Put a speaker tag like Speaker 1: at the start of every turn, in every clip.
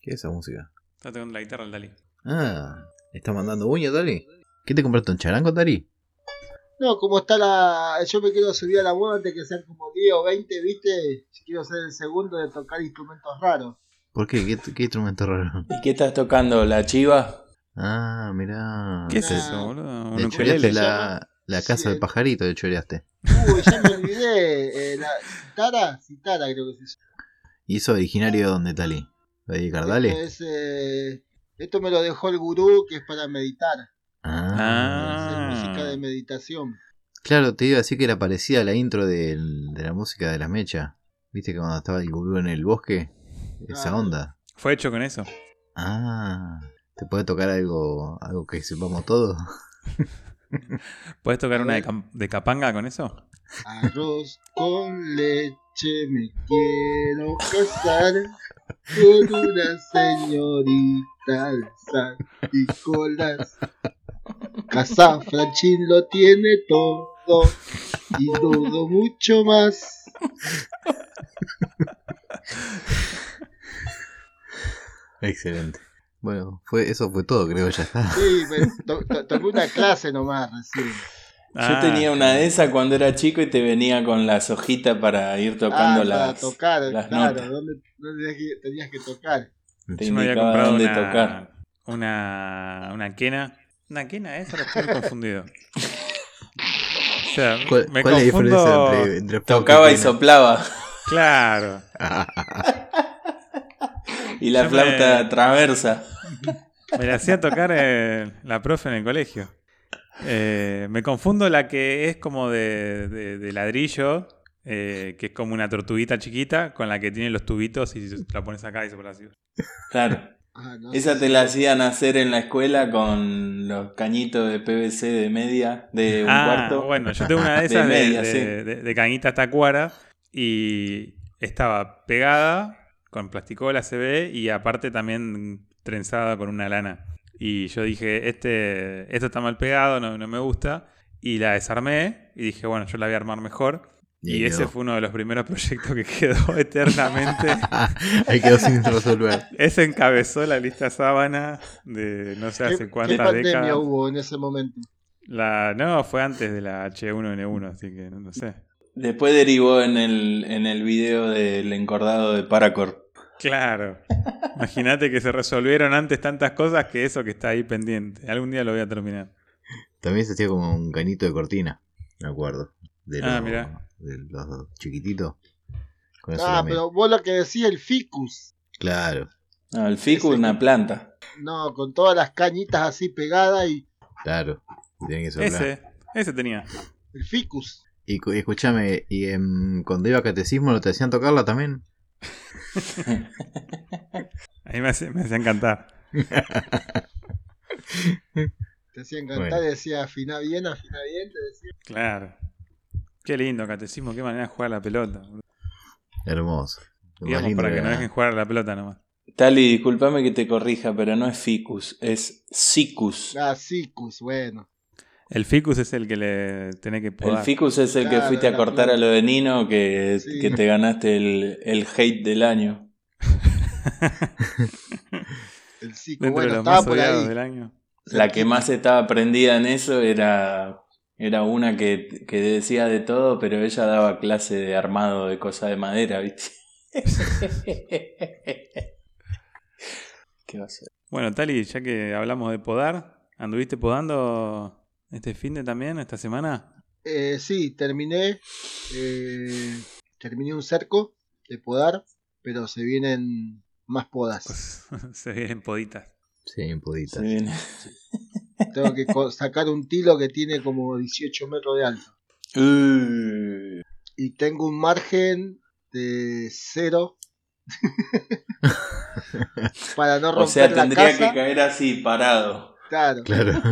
Speaker 1: ¿Qué es esa música?
Speaker 2: Está tocando la guitarra el Dalí.
Speaker 1: Ah, ¿le ¿estás mandando uña, Dari? ¿Qué te compraste un charango, Dari?
Speaker 3: No, como está la. Yo me quiero subir a la moda antes que sean como 10 o 20, ¿viste? Quiero ser el segundo de tocar instrumentos raros.
Speaker 1: ¿Por qué? ¿Qué, qué instrumento raro?
Speaker 4: ¿Y qué estás tocando? ¿La chiva?
Speaker 1: Ah, mirá.
Speaker 2: ¿Qué es
Speaker 1: Te-
Speaker 3: Nah.
Speaker 2: eso, boludo?
Speaker 1: Le
Speaker 2: Un
Speaker 1: choreaste
Speaker 2: ukelele.
Speaker 1: la, la casa
Speaker 3: Sí.
Speaker 1: del pajarito, le choreaste.
Speaker 3: Uy, ya me olvidé. Eh, la... Citara, Citara creo que se llama.
Speaker 1: ¿Y eso originario de dónde, Tali? ¿De ahí, Cardales?
Speaker 3: Esto, es, eh, esto me lo dejó el gurú, que es para meditar.
Speaker 1: Ah.
Speaker 3: Es
Speaker 2: Ah.
Speaker 3: música de meditación.
Speaker 1: Claro, te iba a decir que era parecida a la intro del- de la música de las mechas. ¿Viste que cuando estaba el gurú en el bosque? Esa
Speaker 3: Ah.
Speaker 1: onda.
Speaker 2: Fue hecho con eso.
Speaker 1: Ah. ¿Te puede tocar algo algo que sepamos todos?
Speaker 2: ¿Puedes tocar una de, cam- de capanga con eso?
Speaker 3: Arroz con leche, me quiero casar con una señorita de San Nicolás. Casa Franchín lo tiene todo y dudo mucho más.
Speaker 1: Excelente. Bueno, fue eso fue todo, creo, ya está.
Speaker 3: Sí, me to- to- tomé una clase nomás recién.
Speaker 2: Ah,
Speaker 4: Yo tenía una de esas cuando era chico y te venía con las hojitas para ir
Speaker 3: Ah,
Speaker 4: tocando
Speaker 3: para
Speaker 4: las.
Speaker 3: tocar,
Speaker 4: las
Speaker 3: claro,
Speaker 4: notas.
Speaker 3: ¿dónde, dónde tenías, que, tenías que tocar?
Speaker 4: Te
Speaker 2: Yo me había
Speaker 4: indicaba
Speaker 2: comprado
Speaker 4: dónde
Speaker 2: una,
Speaker 4: tocar.
Speaker 2: una. Una quena. ¿Una quena? Esa la estoy confundido. O sea,
Speaker 1: ¿Cuál,
Speaker 2: me
Speaker 1: cuál es la
Speaker 2: confundo.
Speaker 1: diferencia entre, entre flauta
Speaker 4: Tocaba y
Speaker 1: quena?
Speaker 4: soplaba.
Speaker 2: Claro.
Speaker 4: Y la
Speaker 2: Yo me-
Speaker 4: flauta traversa.
Speaker 2: Me la hacía tocar eh, la profe en el colegio. Eh, me confundo la que es como de, de- de ladrillo, eh, que es como una tortuguita chiquita, con la que tiene los tubitos y la pones acá y se pone así.
Speaker 4: Claro.
Speaker 3: Ah, no
Speaker 4: Esa
Speaker 3: sé.
Speaker 4: te la hacían hacer en la escuela con los cañitos de PVC de media, de un
Speaker 2: ah,
Speaker 4: cuarto.
Speaker 2: bueno, yo tengo una de esas de,
Speaker 4: De media,
Speaker 2: de-
Speaker 4: sí.
Speaker 2: de- de cañita tacuara y estaba pegada con plasticola se ve y aparte también trenzada con una lana. Y yo dije, este, esto está mal pegado, no, no me gusta. Y la desarmé y dije, bueno, yo la voy a armar mejor. Y,
Speaker 1: ahí
Speaker 2: ese
Speaker 1: quedó.
Speaker 2: fue uno de los primeros proyectos que quedó eternamente.
Speaker 1: ahí quedó sin resolver.
Speaker 2: ese encabezó la lista sábana de no sé
Speaker 3: ¿Qué-
Speaker 2: hace
Speaker 3: ¿Qué
Speaker 2: cuántas
Speaker 3: pandemia
Speaker 2: décadas.
Speaker 3: hubo en ese momento?
Speaker 2: La, no, fue antes de la H1N1, así que no, no sé.
Speaker 4: Después derivó en el, en el video del encordado de Paracor.
Speaker 2: Claro. Imagínate que se resolvieron antes tantas cosas que eso que está ahí pendiente. Algún día lo voy a terminar.
Speaker 1: También se hacía como un canito de cortina, me acuerdo. De
Speaker 2: Ah,
Speaker 1: los,
Speaker 2: mirá.
Speaker 1: de los chiquititos. Con eso
Speaker 3: Ah,
Speaker 1: también.
Speaker 3: pero vos lo que decís, el ficus.
Speaker 1: Claro,
Speaker 4: No, el fico es una planta.
Speaker 3: No, con todas las cañitas así pegadas y
Speaker 1: claro. Tienen que soplar.
Speaker 2: Ese, ese tenía.
Speaker 3: el ficus.
Speaker 1: Y cu- escúchame, ¿y em, cuando iba a catecismo no te hacían tocarla también?
Speaker 2: Ahí me hacía, me hacía encantar.
Speaker 3: Te hacían cantar
Speaker 1: Bueno.
Speaker 3: y decía afina bien, afina bien, te decía.
Speaker 2: Claro. Qué lindo, catecismo, qué manera de jugar a la pelota. boludo.
Speaker 1: Hermoso. Lo más
Speaker 2: Digamos
Speaker 1: lindo
Speaker 2: para que
Speaker 1: era-
Speaker 2: no dejen jugar a la pelota nomás.
Speaker 4: Tali, discúlpame que te corrija, pero no es ficus, es sicus.
Speaker 3: Ah, ficus, bueno.
Speaker 2: El ficus es el que le tenés que
Speaker 4: El
Speaker 2: podar.
Speaker 4: ficus es el que
Speaker 3: Claro,
Speaker 4: fuiste a
Speaker 3: la
Speaker 4: cortar a
Speaker 3: planta.
Speaker 4: lo de Nino, que,
Speaker 3: Sí.
Speaker 4: que te ganaste el, el hate del año.
Speaker 3: El ficus,
Speaker 2: Dentro
Speaker 3: bueno,
Speaker 2: de los más
Speaker 3: estaba por
Speaker 2: odiados
Speaker 3: ahí.
Speaker 2: del año.
Speaker 4: La que más estaba prendida en eso era, era una que, que decía de todo, pero ella daba clase de armado de cosa de madera, ¿viste? ¿Qué va a ser?
Speaker 2: Bueno, Tali, ya que hablamos de podar, ¿anduviste podando este fin de también, esta semana?
Speaker 3: Eh, sí, terminé. eh, terminé un cerco de podar, pero se vienen más podas.
Speaker 2: Pues, se vienen poditas.
Speaker 1: Sí, pudita.
Speaker 4: Se viene.
Speaker 3: Tengo que co- sacar un tilo que tiene como 18 metros de alto.
Speaker 4: Uh,
Speaker 3: Y tengo un margen de cero. para no romper
Speaker 4: o sea,
Speaker 3: la
Speaker 4: tendría
Speaker 3: casa.
Speaker 4: que caer así, parado.
Speaker 3: Claro.
Speaker 1: Claro.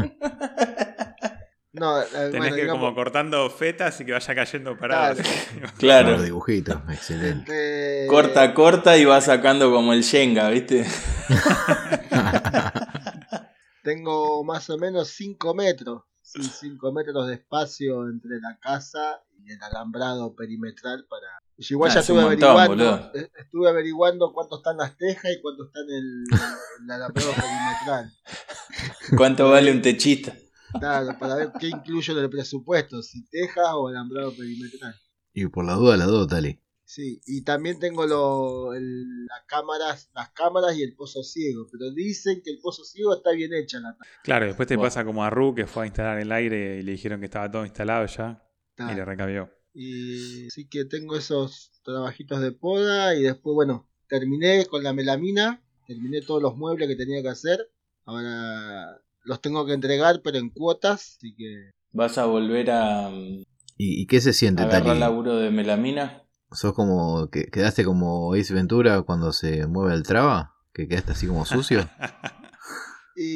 Speaker 3: No, eh,
Speaker 2: Tenés
Speaker 3: bueno,
Speaker 2: que
Speaker 3: digamos,
Speaker 2: como cortando fetas y que vaya cayendo parado.
Speaker 3: Claro.
Speaker 1: Los
Speaker 4: Claro.
Speaker 1: dibujitos, excelente.
Speaker 3: este,
Speaker 4: Corta, corta y va sacando como el Shenga, ¿viste?
Speaker 3: Tengo más o menos 5 metros. 5 metros de espacio entre la casa y el alambrado perimetral para Yo igual
Speaker 4: Ah,
Speaker 3: ya
Speaker 4: es un
Speaker 3: estuve
Speaker 4: montón,
Speaker 3: averiguando,
Speaker 4: boludo.
Speaker 3: eh, estuve averiguando cuánto están las tejas y cuánto están el, el alambrado perimetral.
Speaker 4: ¿Cuánto vale un techista?
Speaker 3: Claro, para ver qué incluyo en el presupuesto, si tejas o alambrado perimetral.
Speaker 1: Y por la duda, la dos, dale.
Speaker 3: Sí, y también tengo lo, el- las cámaras, las cámaras y el pozo ciego, pero dicen que el pozo ciego está bien hecha la
Speaker 2: Claro, después te
Speaker 4: Bueno.
Speaker 2: pasa como a Ru que fue a instalar el aire y le dijeron que estaba todo instalado ya y le
Speaker 3: tapa.
Speaker 2: recabió.
Speaker 3: Y así que tengo esos trabajitos de poda y después bueno, terminé con la melamina, terminé todos los muebles que tenía que hacer. Ahora los tengo que entregar pero en cuotas, así que
Speaker 4: ¿Vas a volver a mm,
Speaker 1: ¿Y, y qué se siente,
Speaker 4: agarrar
Speaker 1: Tali?
Speaker 4: laburo de melamina?
Speaker 1: ¿Sos como. que- quedaste como Ace Ventura cuando se mueve el traba? ¿Que quedaste así como sucio?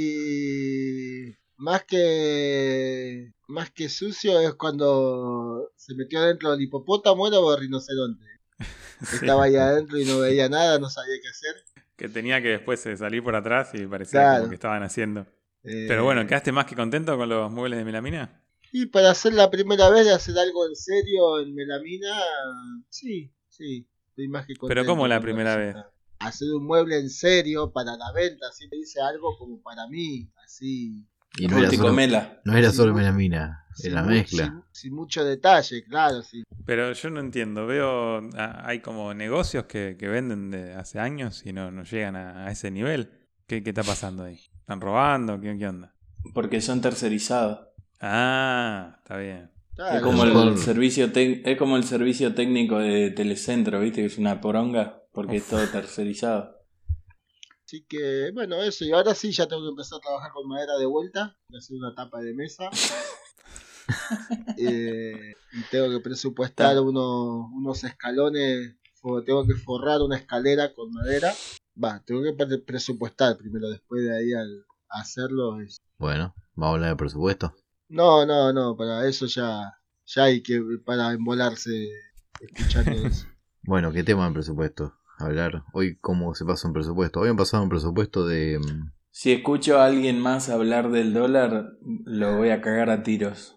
Speaker 3: y más que más que sucio es cuando se metió adentro del hipopótamo era o el rinoceronte.
Speaker 2: Sí,
Speaker 3: Estaba ahí adentro y no veía nada, no sabía qué hacer.
Speaker 2: que tenía que después eh, salir por atrás y parecía
Speaker 3: Claro.
Speaker 2: como que estaban haciendo.
Speaker 3: Eh,
Speaker 2: Pero bueno, ¿quedaste más que contento con los muebles de melamina?
Speaker 3: Y para hacer la primera vez de hacer algo en serio en melamina, sí, sí, estoy más que contento.
Speaker 2: Pero ¿cómo la
Speaker 3: con
Speaker 2: primera
Speaker 3: resultado. Hacer un mueble en serio para la venta, así me dice algo como para mí, así.
Speaker 1: Y no era solo,
Speaker 4: Multicomela.
Speaker 1: no era
Speaker 3: Sí,
Speaker 1: solo
Speaker 3: mu-
Speaker 1: melamina,
Speaker 3: sin
Speaker 1: era
Speaker 3: mu-
Speaker 1: mezcla.
Speaker 3: Sin, sin mucho detalle, claro, sí.
Speaker 2: Pero yo no entiendo, veo, ah, hay como negocios que, que venden de hace años y no, no llegan a, a ese nivel. ¿Qué, qué está pasando ahí? ¿Están robando? ¿Qué, qué onda?
Speaker 4: Porque son tercerizados.
Speaker 2: Ah, está bien.
Speaker 3: Claro,
Speaker 4: es, como
Speaker 1: son-
Speaker 4: el servicio tec- es como el servicio técnico de Telecentro, ¿viste? Que es una poronga. Porque es todo tercerizado.
Speaker 3: Así que, bueno, eso. Y ahora sí, ya tengo que empezar a trabajar con madera de vuelta. Voy a hacer una tapa de mesa. Eh, y tengo que presupuestar unos, unos escalones. o Tengo que forrar una escalera con madera. Va, tengo que pre- presupuestar primero. Después de ahí al hacerlo. es-
Speaker 1: Bueno, vamos a hablar de presupuesto.
Speaker 3: No, no, no. Para eso ya, ya hay que. Para embolarse escuchando eso.
Speaker 1: Bueno, ¿qué tema en presupuesto? Hablar hoy cómo se pasa un presupuesto. Hoy han pasado un presupuesto de. mm,
Speaker 4: Si escucho a alguien más hablar del dólar, lo voy a cagar a tiros.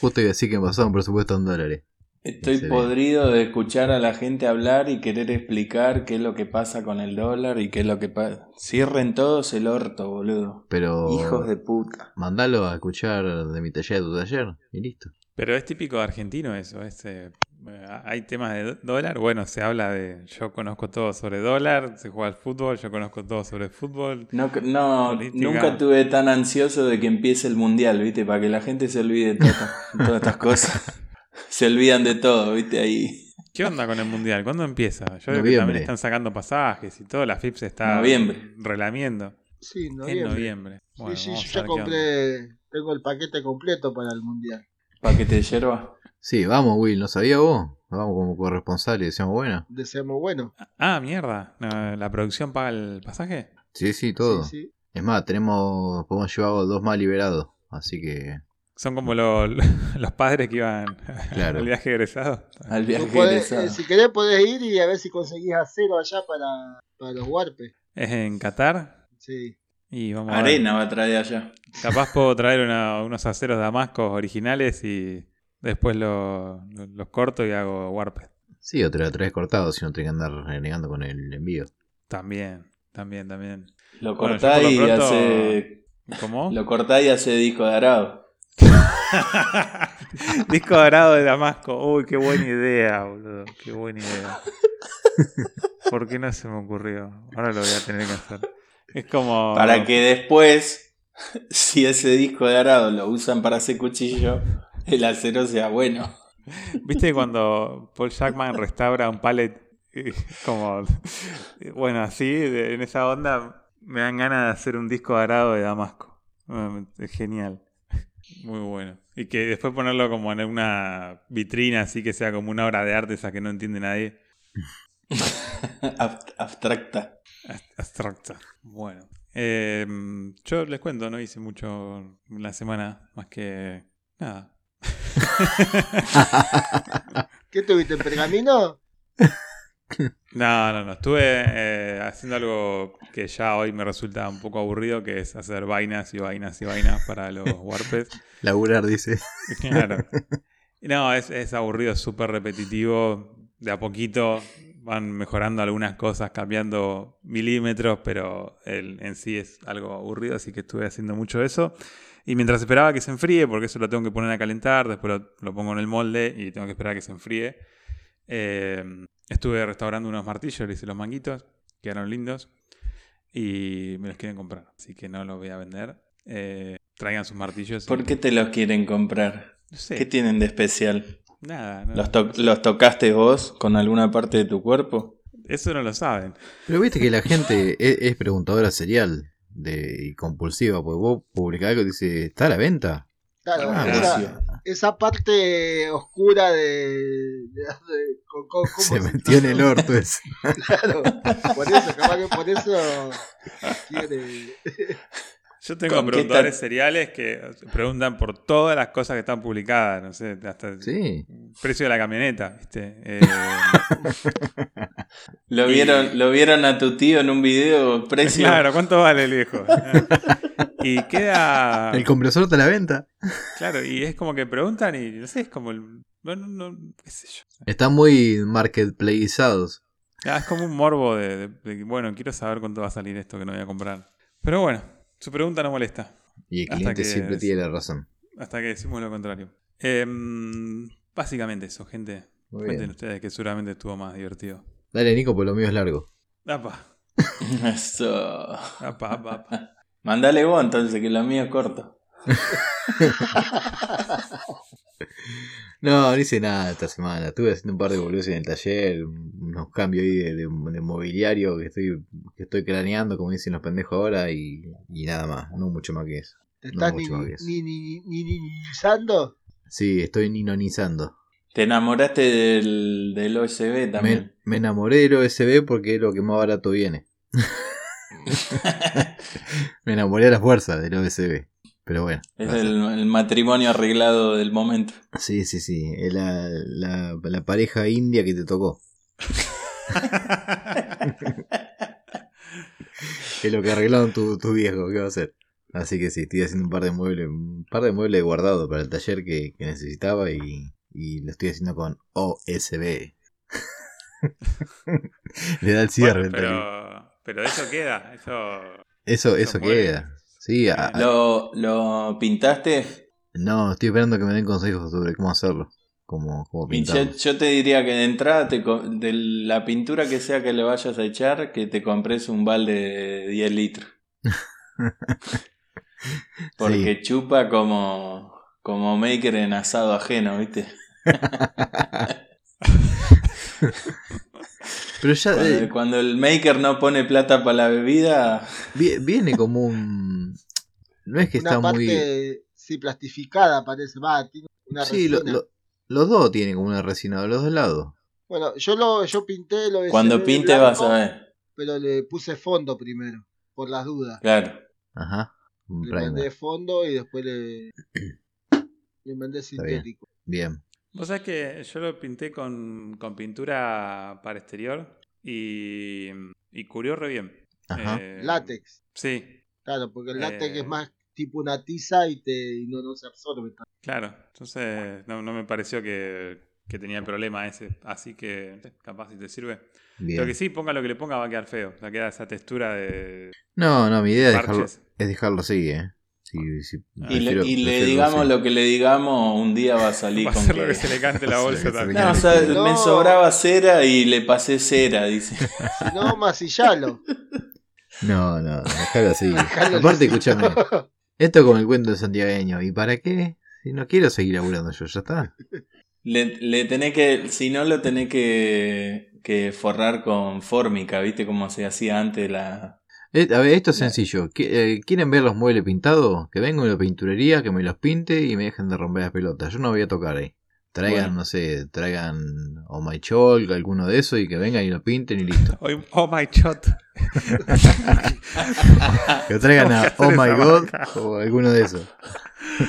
Speaker 1: Justo iba a decir que han pasado un presupuesto en dólares.
Speaker 4: Estoy
Speaker 1: Excelente.
Speaker 4: podrido de escuchar a la gente hablar y querer explicar qué es lo que pasa con el dólar y qué es lo que pasa. Cierren todos el orto, boludo.
Speaker 1: Pero.
Speaker 4: Hijos de puta.
Speaker 1: Mandalo a escuchar de mi taller a tu taller y listo.
Speaker 2: Pero es típico argentino eso. es, eh, hay temas de dólar. Bueno, se habla de yo conozco todo sobre dólar, se juega al fútbol, yo conozco todo sobre fútbol.
Speaker 4: No, no,
Speaker 2: Política.
Speaker 4: nunca estuve tan ansioso de que empiece el mundial, ¿viste? Para que la gente se olvide de todo esto- todas estas cosas. Se olvidan de todo, ¿viste? Ahí.
Speaker 2: ¿Qué onda con el mundial? ¿Cuándo empieza? Yo veo que también
Speaker 1: Noviembre.
Speaker 2: están sacando pasajes y todo. La FIP se está
Speaker 4: Noviembre.
Speaker 2: relamiendo.
Speaker 3: Sí, en
Speaker 2: En
Speaker 3: noviembre.
Speaker 2: noviembre.
Speaker 3: Sí,
Speaker 2: Bueno,
Speaker 3: sí,
Speaker 2: vamos
Speaker 3: yo
Speaker 2: a
Speaker 3: ya
Speaker 2: ver qué onda.
Speaker 3: compré. Tengo el paquete completo para el mundial.
Speaker 4: Paquete de yerba.
Speaker 1: Sí, vamos, Will, ¿no sabía vos? Vamos como corresponsal y decíamos, bueno.
Speaker 3: Deseamos bueno.
Speaker 2: Ah, mierda. No, ¿La producción paga el pasaje?
Speaker 1: Sí, sí, todo.
Speaker 3: Sí, sí.
Speaker 1: Es más, tenemos, podemos llevar dos más liberados. Así que,
Speaker 2: Son como lo- los padres que iban
Speaker 1: Claro.
Speaker 2: al viaje egresado.
Speaker 4: Al
Speaker 3: Vos
Speaker 4: viaje
Speaker 3: podés,
Speaker 4: egresado.
Speaker 3: eh, si querés podés ir y a ver si conseguís acero allá para, para los huarpes.
Speaker 2: Es en Qatar.
Speaker 3: Sí.
Speaker 2: Y vamos a ver.
Speaker 4: Arena va a traer allá.
Speaker 2: Capaz puedo traer una- unos aceros damascos originales y después lo- lo- los corto y hago warped.
Speaker 1: sí, o te la traes cortado si no tenés que andar renegando con el envío.
Speaker 2: También, también, también.
Speaker 4: Lo
Speaker 2: Bueno, yo
Speaker 4: cortá
Speaker 2: por lo
Speaker 4: y
Speaker 2: pronto-
Speaker 4: hace.
Speaker 2: ¿Cómo?
Speaker 4: Lo cortá y hace disco de arado.
Speaker 2: Disco dorado de Damasco. Uy, qué buena idea, boludo. Qué buena idea. ¿Por qué no se me ocurrió? Ahora lo voy a tener que hacer. Es como.
Speaker 4: Para que después, si ese disco de arado lo usan para ese cuchillo, el acero sea bueno.
Speaker 2: ¿Viste cuando Paul Jackman restaura un pallet? Y Como. Bueno, así, de- en esa onda, me dan ganas de hacer un disco dorado de Damasco. Mm, Es genial. Muy bueno. Y que después ponerlo como en una vitrina, así que sea como una obra de arte, esa que no entiende nadie.
Speaker 4: Ab- Abstracta.
Speaker 2: Ast- Abstracta. Bueno. Eh, yo les cuento, no hice mucho en la semana, más que nada.
Speaker 3: ¿Qué tuviste en pergamino?
Speaker 2: No, no, no. Estuve eh, haciendo algo que ya hoy me resulta un poco aburrido, que es hacer vainas y vainas y vainas para los warpes.
Speaker 1: Laburar, dice.
Speaker 2: Claro. No, es, es aburrido, es súper repetitivo. De a poquito van mejorando algunas cosas, cambiando milímetros, pero el- en sí es algo aburrido, así que estuve haciendo mucho eso. Y mientras esperaba que se enfríe, porque eso lo tengo que poner a calentar, después lo, lo pongo en el molde y tengo que esperar a que se enfríe. eh, estuve restaurando unos martillos, le hice los manguitos, quedaron lindos y me los quieren comprar, así que no los voy a vender. Eh, traigan sus martillos. y-
Speaker 4: ¿Por qué te los quieren comprar?
Speaker 2: No sé,
Speaker 4: ¿Qué tienen de especial?
Speaker 2: nada. no-
Speaker 4: ¿Los, to- los tocaste vos con alguna parte de tu cuerpo?
Speaker 2: Eso no lo saben.
Speaker 1: Pero viste que la gente es, es preguntadora serial de, y compulsiva, porque vos publicás algo y dices, ¿está a la venta?
Speaker 3: Claro,
Speaker 1: Ah,
Speaker 3: esa,
Speaker 4: precio.
Speaker 3: esa parte oscura de. de- de- con- con- cómo
Speaker 1: Se metió en el orto ese.
Speaker 3: Claro, por eso, capaz que por eso. Quiere.
Speaker 2: Yo tengo
Speaker 4: ¿Con qué
Speaker 2: preguntadores
Speaker 4: tal?
Speaker 2: seriales que preguntan por todas las cosas que están publicadas, no sé, hasta el
Speaker 1: Sí.
Speaker 2: precio de la camioneta, ¿viste? Eh,
Speaker 4: ¿Lo
Speaker 2: Y-
Speaker 4: vieron, ¿Lo vieron a tu tío en un video? Precio.
Speaker 2: claro, ¿cuánto vale el viejo? y queda.
Speaker 1: ¿El compresor está a la venta?
Speaker 2: Claro, y es como que preguntan y no sé, es como el. No, no, no, qué sé yo.
Speaker 1: Están muy marketplaceados.
Speaker 2: Ah, es como un morbo de, de- de que, bueno, quiero saber cuánto va a salir esto que no voy a comprar. Pero bueno, su pregunta no molesta.
Speaker 1: Y el
Speaker 2: Hasta
Speaker 1: cliente
Speaker 2: que
Speaker 1: siempre
Speaker 2: es-
Speaker 1: tiene la razón.
Speaker 2: Hasta que decimos lo contrario. Em, básicamente eso, gente.
Speaker 1: Muy
Speaker 2: Cuenten
Speaker 1: bien.
Speaker 2: ustedes que seguramente estuvo más divertido.
Speaker 1: Dale, Nico, por lo mío es largo.
Speaker 2: Apa.
Speaker 4: Eso.
Speaker 2: Apa, apa, apa.
Speaker 4: Mandale vos entonces, que lo mío es corto.
Speaker 1: No, no hice nada esta semana. Estuve haciendo un par de boludeces en el taller, unos cambios ahí de, de- de mobiliario que estoy, que estoy craneando, como dicen los pendejos ahora, y, y nada más. No mucho más que eso.
Speaker 3: Te
Speaker 1: No,
Speaker 3: estás ni,
Speaker 1: mucho más que eso.
Speaker 3: ni, ni, ni, ni- niñizando.
Speaker 1: Sí, estoy ninonizando.
Speaker 4: Te enamoraste del, del OSB
Speaker 1: Me,
Speaker 4: también.
Speaker 1: me enamoré del OSB porque es lo que más barato viene. me enamoré a la fuerza del OSB. Pero bueno.
Speaker 4: Es
Speaker 1: pasa.
Speaker 4: el, el matrimonio arreglado del momento.
Speaker 1: Sí, sí, sí. Es la, la- la pareja india que te tocó. Es lo que arreglaron tu, tu viejo. ¿Qué va a hacer? Así que sí, estoy haciendo un par de muebles, un par de muebles guardados para el taller que, que necesitaba y, y lo estoy haciendo con OSB. Le da el cierre.
Speaker 2: Bueno,
Speaker 1: el taller.
Speaker 2: pero, pero eso queda, eso.
Speaker 1: Eso,
Speaker 2: eso
Speaker 1: eso
Speaker 2: muere.
Speaker 1: queda. Sí, a-
Speaker 2: Eh,
Speaker 1: a-
Speaker 4: ¿Lo, lo pintaste?
Speaker 1: no, estoy esperando que me den consejos sobre cómo hacerlo. Cómo, cómo
Speaker 4: Yo,
Speaker 1: pintarlo.
Speaker 4: yo te diría que de entrada, te co- de la pintura que sea que le vayas a echar, que te compres un balde de 10 litros. Porque chupa como, como maker en asado ajeno, ¿viste?
Speaker 1: Pero ya
Speaker 4: Cuando,
Speaker 1: eh,
Speaker 4: cuando el maker no pone plata para la bebida,
Speaker 1: vi- viene como un. No es que
Speaker 3: una
Speaker 1: está
Speaker 3: parte
Speaker 1: muy.
Speaker 3: sí, plastificada parece. Va, tiene una
Speaker 1: Sí, lo-
Speaker 3: resina.
Speaker 1: lo- los dos tienen como una resina de los dos lados.
Speaker 3: Bueno, yo lo, yo pinté lo
Speaker 4: cuando pinte vas a ver.
Speaker 3: Pero le puse fondo primero, por las dudas.
Speaker 4: Claro.
Speaker 1: Ajá. Un
Speaker 3: Le mandé
Speaker 1: primer.
Speaker 3: fondo y después le, le mandé
Speaker 1: bien.
Speaker 3: sintético.
Speaker 1: Bien.
Speaker 2: Vos sabés que yo lo pinté con, con pintura para exterior y, y curió re bien.
Speaker 1: Ajá.
Speaker 2: Eh,
Speaker 3: Látex,
Speaker 2: Sí,
Speaker 3: claro, porque el látex
Speaker 2: Eh.
Speaker 3: es más tipo una tiza y, te, y no, no se absorbe. tanto.
Speaker 2: claro. Entonces no, no me pareció que, que tenía el problema ese. Así que capaz si te sirve. Lo
Speaker 1: Bien.
Speaker 2: que sí, ponga lo que le ponga, va a quedar feo. Va a quedar esa textura de
Speaker 1: No, no, mi idea es dejarlo,
Speaker 2: parches. Ah.
Speaker 1: es dejarlo así, ¿eh? Sí, sí,
Speaker 4: Y le,
Speaker 1: Ah, prefiero-
Speaker 4: y le
Speaker 1: prefiero
Speaker 4: digamos
Speaker 1: así.
Speaker 4: lo que le digamos, un día va a salir
Speaker 2: Va a
Speaker 4: con
Speaker 2: ser
Speaker 4: que-
Speaker 2: lo que se le cante la
Speaker 1: Va a ser
Speaker 2: bolsa
Speaker 1: lo que se le
Speaker 2: también.
Speaker 4: No, o sea,
Speaker 3: No.
Speaker 4: me sobraba cera y le pasé cera, dice.
Speaker 3: Si no, masillalo.
Speaker 1: No, no, dejarlo así.
Speaker 3: Dejalo
Speaker 1: Aparte,
Speaker 3: así.
Speaker 1: escúchame. Esto con el cuento de santiagueño. ¿Y para qué? Si no quiero seguir laburando yo, ya está.
Speaker 4: Le, le tenés que, si no lo tenés que, que forrar con fórmica, viste como se hacía antes la...
Speaker 1: Eh, a ver, esto es
Speaker 4: Bien.
Speaker 1: sencillo. Qui- eh, ¿Quieren ver los muebles pintados? Que venga una pinturería, que me los pinte y me dejen de romper las pelotas. Yo no voy a tocar ahí. Traigan,
Speaker 4: Bueno.
Speaker 1: no sé, traigan o Maichol, alguno de esos y que vengan y lo pinten y listo.
Speaker 2: Hoy- Oh my shot.
Speaker 1: Que traigan a Oh
Speaker 2: Tengo que
Speaker 1: My
Speaker 2: hacer esa
Speaker 1: God
Speaker 2: marca.
Speaker 1: o alguno de esos.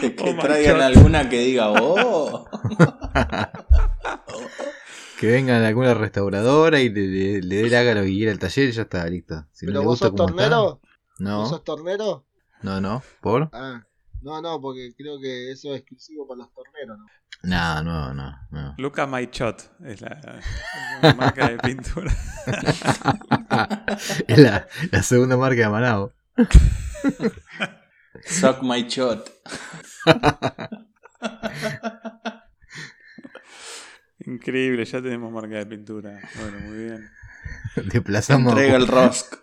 Speaker 4: Que
Speaker 2: Oh my
Speaker 4: traigan
Speaker 2: God.
Speaker 4: alguna que diga, oh,
Speaker 1: Que vengan alguna restauradora y le, le, le dé la haga lo que quiera el taller y ya está, listo. Si no
Speaker 3: ¿Pero
Speaker 1: le
Speaker 3: vos
Speaker 1: gusta
Speaker 3: sos
Speaker 1: como está.
Speaker 3: tornero? ¿Vos
Speaker 1: No,
Speaker 3: sos tornero?
Speaker 1: no, no. ¿Por?
Speaker 3: Ah, no, no, porque creo que eso es exclusivo para los torneros. ¿no?
Speaker 1: No, no, no. no.
Speaker 2: Luca My Shot es la, la marca de pintura.
Speaker 1: es la, la segunda marca de Manao.
Speaker 4: Suck my shot.
Speaker 2: Increíble, ya tenemos marca de pintura. Bueno, muy bien.
Speaker 1: Desplazamos,
Speaker 4: Entrega el rosk.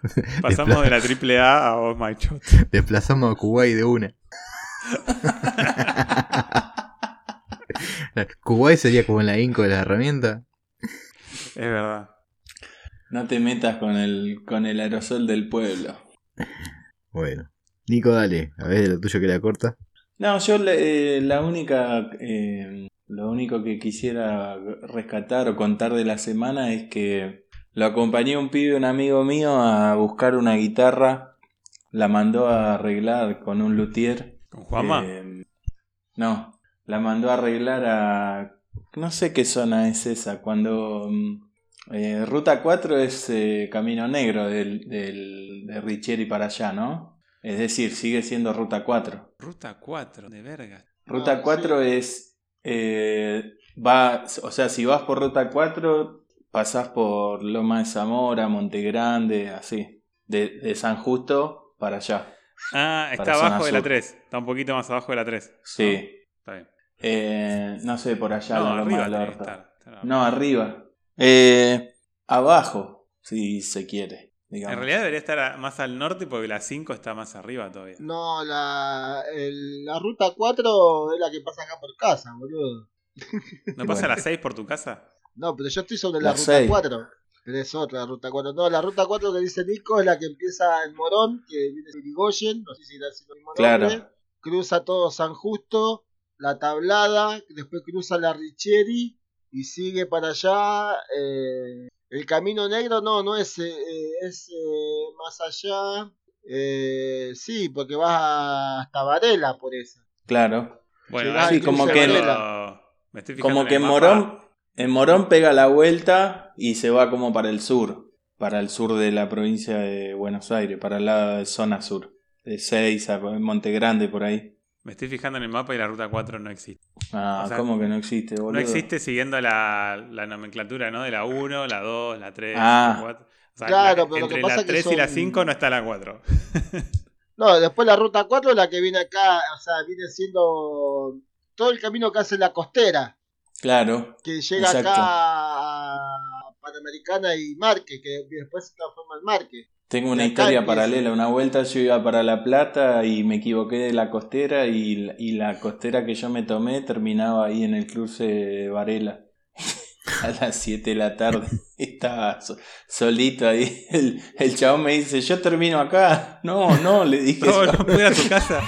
Speaker 2: Pasamos de la triple A a Oh My Shot.
Speaker 1: desplazamos a Kuwait de una. Kuwait sería como la Inco de las herramientas.
Speaker 2: Es verdad.
Speaker 4: No te metas con el, con el aerosol del pueblo.
Speaker 1: Bueno. Nico, dale, a ver de lo tuyo que la corta.
Speaker 4: No, yo le- eh, la única. eh, lo único que quisiera rescatar o contar de la semana es que lo acompañé un pibe, un amigo mío, a buscar una guitarra. La mandó a arreglar con un luthier.
Speaker 2: Con Juanma.
Speaker 4: Eh, no, la mandó a arreglar a... No sé qué zona es esa, cuando... mm, eh, Ruta 4 es eh, Camino Negro del, del- de Richieri para allá, ¿no? Es decir, sigue siendo Ruta 4.
Speaker 2: Ruta 4, de verga.
Speaker 4: Ruta
Speaker 3: Ah, sí.
Speaker 4: 4 es... eh, va, o sea, si vas por Ruta 4, pasás por Loma de Zamora, Monte Grande, así. De, de San Justo para allá.
Speaker 2: Ah, está
Speaker 4: Para zona
Speaker 2: abajo de la
Speaker 4: sur.
Speaker 2: 3. Está un poquito más abajo de la 3.
Speaker 4: Sí.
Speaker 2: Está bien.
Speaker 4: Eh, no sé, por allá.
Speaker 2: No,
Speaker 4: la Loma
Speaker 2: arriba
Speaker 4: del
Speaker 2: tiene que
Speaker 4: Orto.
Speaker 2: estar. Está-
Speaker 4: No, arriba. Eh, abajo, si se quiere.
Speaker 2: En
Speaker 4: Digamos.
Speaker 2: realidad debería estar a- más al norte porque la 5 está más arriba todavía.
Speaker 3: No, la, el- la ruta 4 es la que pasa acá por casa, boludo.
Speaker 2: ¿No pasa
Speaker 4: Bueno.
Speaker 2: la 6 por tu casa?
Speaker 3: No, pero yo estoy sobre
Speaker 4: La
Speaker 3: la, ruta
Speaker 4: seis.
Speaker 3: 4. Pero es otra la ruta 4. No, la ruta 4 que dice Nico es la que empieza en Morón, que viene de Irigoyen, no sé si era así el mismo
Speaker 4: Claro.
Speaker 3: nombre. Cruza todo San Justo, la Tablada, después cruza la Richieri y sigue para allá. eh, el Camino Negro, no, no es, eh, eh, es eh, más allá. Eh, sí, porque vas hasta Varela por esa.
Speaker 4: Claro.
Speaker 2: Bueno,
Speaker 3: Llegás
Speaker 2: ahí
Speaker 4: Sí, como
Speaker 2: cruce
Speaker 4: que-
Speaker 2: Varela. Me estoy fijando
Speaker 4: Como
Speaker 2: el
Speaker 4: que en
Speaker 2: mapa.
Speaker 4: Morón, en Morón pega la vuelta y se va como para el sur. Para el sur de la provincia de Buenos Aires, para la zona sur. De Seiza, Monte Grande, por ahí.
Speaker 2: Me estoy fijando en el mapa y la ruta 4 no existe.
Speaker 4: Ah,
Speaker 2: O sea,
Speaker 4: ¿cómo que no existe, boludo?
Speaker 2: No existe siguiendo la, la nomenclatura, ¿no? De la 1, la 2, la 3,
Speaker 4: Ah.
Speaker 2: la 4. O sea,
Speaker 3: Claro,
Speaker 2: la-
Speaker 3: pero lo que
Speaker 2: entre
Speaker 3: pasa
Speaker 2: la
Speaker 3: es que
Speaker 2: 3 y la
Speaker 3: son-
Speaker 2: 5 no está la 4.
Speaker 3: No, después la ruta 4 es la que viene acá, o sea, viene siendo todo el camino que hace la costera,
Speaker 4: Claro.
Speaker 3: que llega
Speaker 4: Exacto.
Speaker 3: acá a Panamericana y Marque, que después se transforma en Marque.
Speaker 4: Tengo una
Speaker 3: De acá
Speaker 4: historia
Speaker 3: empieza.
Speaker 4: paralela. Una vuelta yo iba para La Plata y me equivoqué de la costera y, la- y la costera que yo me tomé terminaba ahí en el cruce de Varela. A las 7 de la tarde estaba so- solito ahí. El, el chabón me dice, yo termino acá. No, no, le dije.
Speaker 2: No, no puede a tu casa.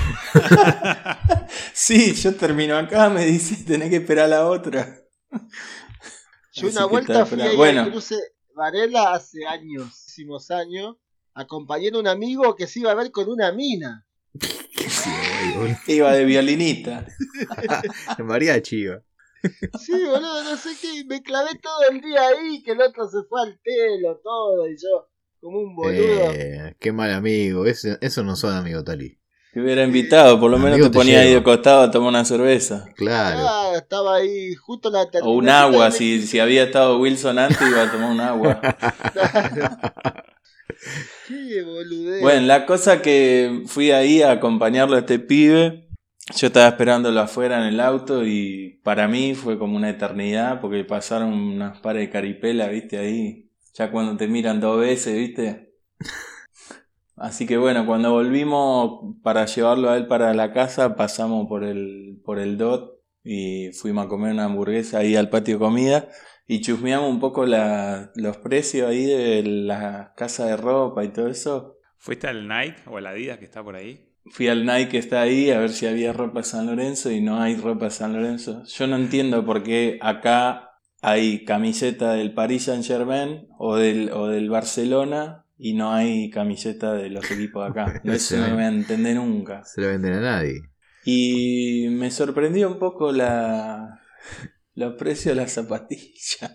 Speaker 4: Sí, yo termino acá, me dice, tenés que esperar la otra.
Speaker 3: Yo
Speaker 4: Así
Speaker 3: una
Speaker 4: que
Speaker 3: vuelta
Speaker 4: está,
Speaker 3: fui
Speaker 4: pero
Speaker 3: ahí
Speaker 4: bueno.
Speaker 3: al cruce Varela hace años, muchísimos años, acompañando a un amigo que se iba a ver con una mina.
Speaker 4: Iba de violinita.
Speaker 1: María Chiva.
Speaker 3: Sí, boludo, no sé qué, y me clavé todo el día ahí, que el otro se fue al telo, todo, y yo, como un boludo.
Speaker 1: Eh, qué mal amigo. Eso, eso no son amigos, Tali.
Speaker 4: Te hubiera invitado, por lo menos
Speaker 1: Amigo,
Speaker 4: te
Speaker 1: te
Speaker 4: ponía ahí
Speaker 1: llevo.
Speaker 4: de costado a tomar una cerveza.
Speaker 1: Claro.
Speaker 3: Ah, estaba ahí justo la
Speaker 4: O un
Speaker 3: terminal
Speaker 4: agua,
Speaker 3: de-
Speaker 4: si, si había estado Wilson antes iba a tomar un agua.
Speaker 3: Qué boludez.
Speaker 4: Bueno, la cosa que fui ahí a acompañarlo a este pibe, yo estaba esperándolo afuera en el auto y para mí fue como una eternidad porque pasaron unas pares de caripela, viste, ahí, ya cuando te miran dos veces, viste. Así que bueno, cuando volvimos para llevarlo a él para la casa, pasamos por el, por el DOT y fuimos a comer una hamburguesa ahí al patio de comida. Y chusmeamos un poco la- los precios ahí de las casas de ropa y todo eso.
Speaker 2: ¿Fuiste al Nike o al Adidas que está por ahí?
Speaker 4: Fui al Nike que está ahí a ver si había ropa San Lorenzo y no hay ropa San Lorenzo. Yo no entiendo por qué acá hay camiseta del Paris Saint Germain o del, o del Barcelona y no hay camiseta de los equipos de acá. No, eso no lo voy a entender nunca.
Speaker 1: Se lo venden a nadie.
Speaker 4: Y me sorprendió un poco la, los precios de las zapatillas.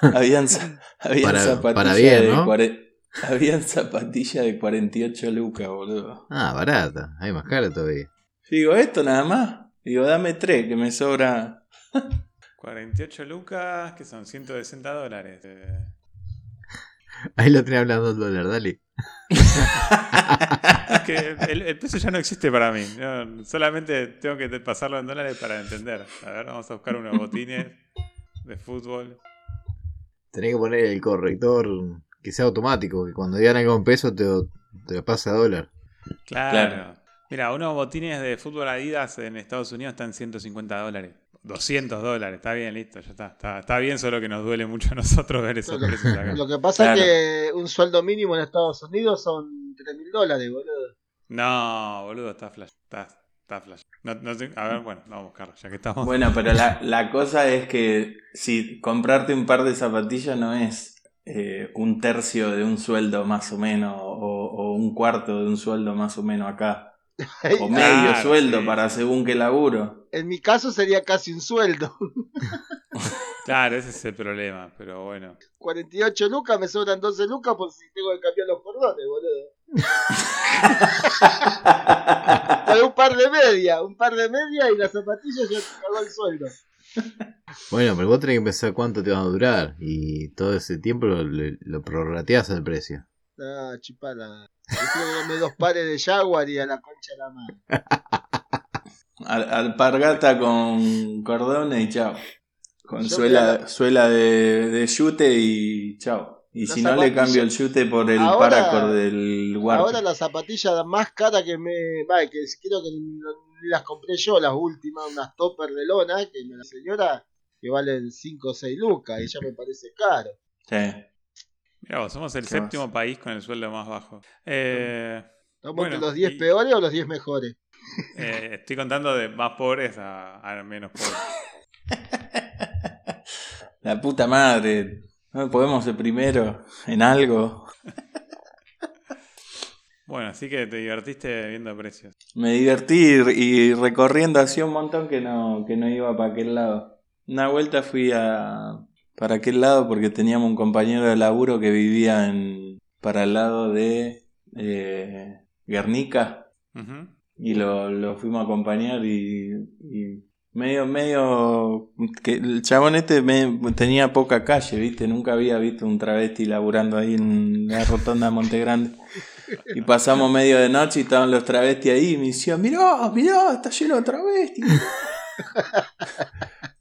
Speaker 4: habían za- habían
Speaker 1: Para-
Speaker 4: zapatillas
Speaker 1: para bien,
Speaker 4: de
Speaker 1: ¿no?
Speaker 4: cuare- habían zapatillas de 48 lucas, boludo.
Speaker 1: Ah, barata. Hay más cara todavía.
Speaker 4: Yo digo, esto nada más. Digo, dame tres, que me sobra
Speaker 2: 48 lucas, que son 160 dólares. Eh,
Speaker 1: Ahí lo tenés hablando del dólar, dale.
Speaker 2: es que el, el peso ya no existe para mí. no, solamente tengo que te- pasarlo en dólares para entender. A ver, vamos a buscar unos botines de fútbol.
Speaker 1: Tenés que poner el corrector que sea automático, que cuando digan algo en peso te, lo- te lo pasa a dólar.
Speaker 2: Claro.
Speaker 4: Claro.
Speaker 2: Mira, unos botines de fútbol Adidas en Estados Unidos están 150 dólares. 200 dólares, está bien, listo, ya está. Está, está bien, solo que nos duele mucho a nosotros ver esos precios acá.
Speaker 3: Lo que pasa
Speaker 4: Claro.
Speaker 3: es que un sueldo mínimo en Estados Unidos son 3 mil dólares, boludo.
Speaker 2: No, boludo, está flash. Está, está flash. No- no sé- a ver, bueno, vamos a buscarlo, ya que estamos.
Speaker 4: Bueno, pero la, la cosa es que si comprarte un par de zapatillas no es eh, un tercio de un sueldo más o menos, o, o un cuarto de un sueldo más o menos acá, o medio
Speaker 2: Claro,
Speaker 4: sueldo
Speaker 2: sí.
Speaker 4: para según qué laburo.
Speaker 3: En mi caso sería casi un sueldo.
Speaker 2: Claro, ese es el problema, pero bueno.
Speaker 3: 48 lucas, me sobran 12 lucas por si tengo que cambiar los cordones, boludo. Hay un par de media, un par de media y las zapatillas ya te cagó el sueldo.
Speaker 1: Bueno, pero vos tenés que pensar cuánto te va a durar y todo ese tiempo lo, lo, lo prorrateás al precio.
Speaker 3: Ah, chipala. Prefiero que dame dos pares de Jaguar y a la concha de la mano.
Speaker 4: Al- alpargata con cordones y chao. Con
Speaker 3: Yo
Speaker 4: suela,
Speaker 3: creo-
Speaker 4: suela de, de yute y chao. Y
Speaker 3: Las
Speaker 4: si no le
Speaker 3: zapatillas-
Speaker 4: cambio el yute por el
Speaker 3: Ahora-
Speaker 4: paracord del guardia.
Speaker 3: Ahora las zapatillas más caras que me. Va, que creo que ni ni las compré yo, las últimas, unas toppers de lona, que me la señora, que valen 5 o 6 lucas y ya me parece caro.
Speaker 4: Sí.
Speaker 2: Mira, vos somos el
Speaker 4: ¿Qué
Speaker 2: séptimo país con el sueldo más bajo. Eh,
Speaker 3: ¿Estamos
Speaker 2: Bueno,
Speaker 3: entre los 10
Speaker 2: y-
Speaker 3: peores o los 10 mejores?
Speaker 2: eh, estoy contando de más pobres a, a menos pobres.
Speaker 4: La puta madre. No podemos ser primero en algo.
Speaker 2: Bueno, así que te divertiste viendo precios.
Speaker 4: Me divertí y recorriendo así un montón que no, que no iba para aquel lado. Una vuelta fui a para aquel lado porque teníamos un compañero de laburo que vivía en para el lado de eh, Guernica.
Speaker 2: Ujú.
Speaker 4: y lo, lo fuimos a acompañar y, y medio, medio, que el chabón este me- tenía poca calle, viste, nunca había visto un travesti laburando ahí en la rotonda de Monte Grande. Y pasamos medio de noche y estaban los travestis ahí y me decían, mirá, mirá, está lleno de travestis.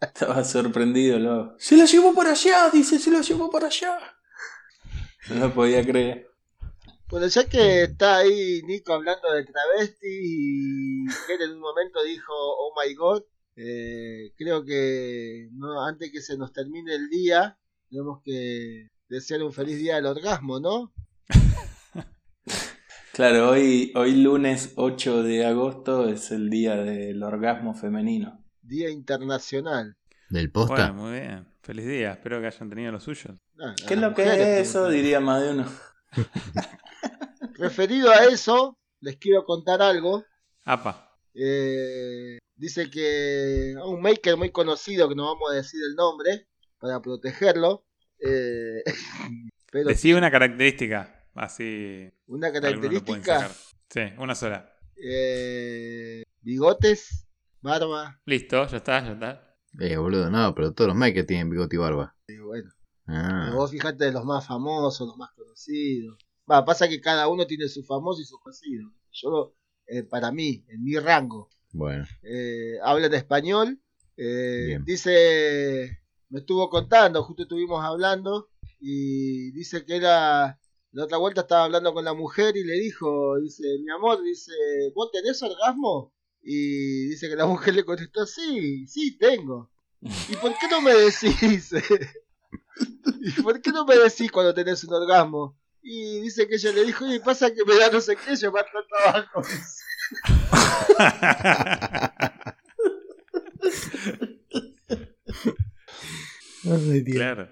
Speaker 4: Estaba sorprendido, loco. Se lo llevó para allá, dice, se lo llevó para allá. No lo podía creer.
Speaker 3: Bueno, ya que
Speaker 2: Mm.
Speaker 3: está ahí Nico hablando de travesti y que él en un momento dijo, oh my god, eh, creo que no, antes que se nos termine el día, tenemos que desear un feliz día del orgasmo, ¿no?
Speaker 4: Claro, hoy, hoy lunes 8 de agosto es el día del orgasmo femenino.
Speaker 3: Día internacional.
Speaker 1: Del posta.
Speaker 2: Bueno, muy bien. Feliz día. Espero que hayan tenido los suyos.
Speaker 3: Ah, a
Speaker 4: ¿Qué es
Speaker 3: las
Speaker 4: lo que
Speaker 3: mujeres,
Speaker 4: es eso?
Speaker 3: pregunto.
Speaker 4: Diría más de uno.
Speaker 3: Referido a eso, les quiero contar algo.
Speaker 2: Apa.
Speaker 3: Eh, dice que a un maker muy conocido, que no vamos a decir el nombre, para protegerlo, eh, pero
Speaker 2: Decí una característica. Así. algunos
Speaker 3: una
Speaker 2: lo pueden
Speaker 3: característica...
Speaker 2: sacar. Sí, una sola.
Speaker 3: Eh, bigotes, barba.
Speaker 2: Listo, ya está, ya está.
Speaker 1: Eh, boludo, no, pero todos los makers tienen bigote y barba.
Speaker 3: Y bueno,
Speaker 1: Ah,
Speaker 3: pero vos fijate de los más famosos, los más conocidos. Va, pasa que cada uno tiene su famoso y su conocido. Yo, eh, para mí, en mi rango,
Speaker 1: bueno.
Speaker 3: eh, hablan español. eh,
Speaker 1: Bien.
Speaker 3: dice, me estuvo contando, justo estuvimos hablando, y dice que era. La otra vuelta estaba hablando con la mujer y le dijo, dice, mi amor, dice, ¿vos tenés orgasmo? Y dice que la mujer le contestó, sí, sí, tengo. ¿Y por qué no me decís? ¿Y por qué no me decís cuando tenés un orgasmo? Y dice que ella le dijo, y pasa que me da no sé qué, llevar tanto trabajo.
Speaker 2: claro.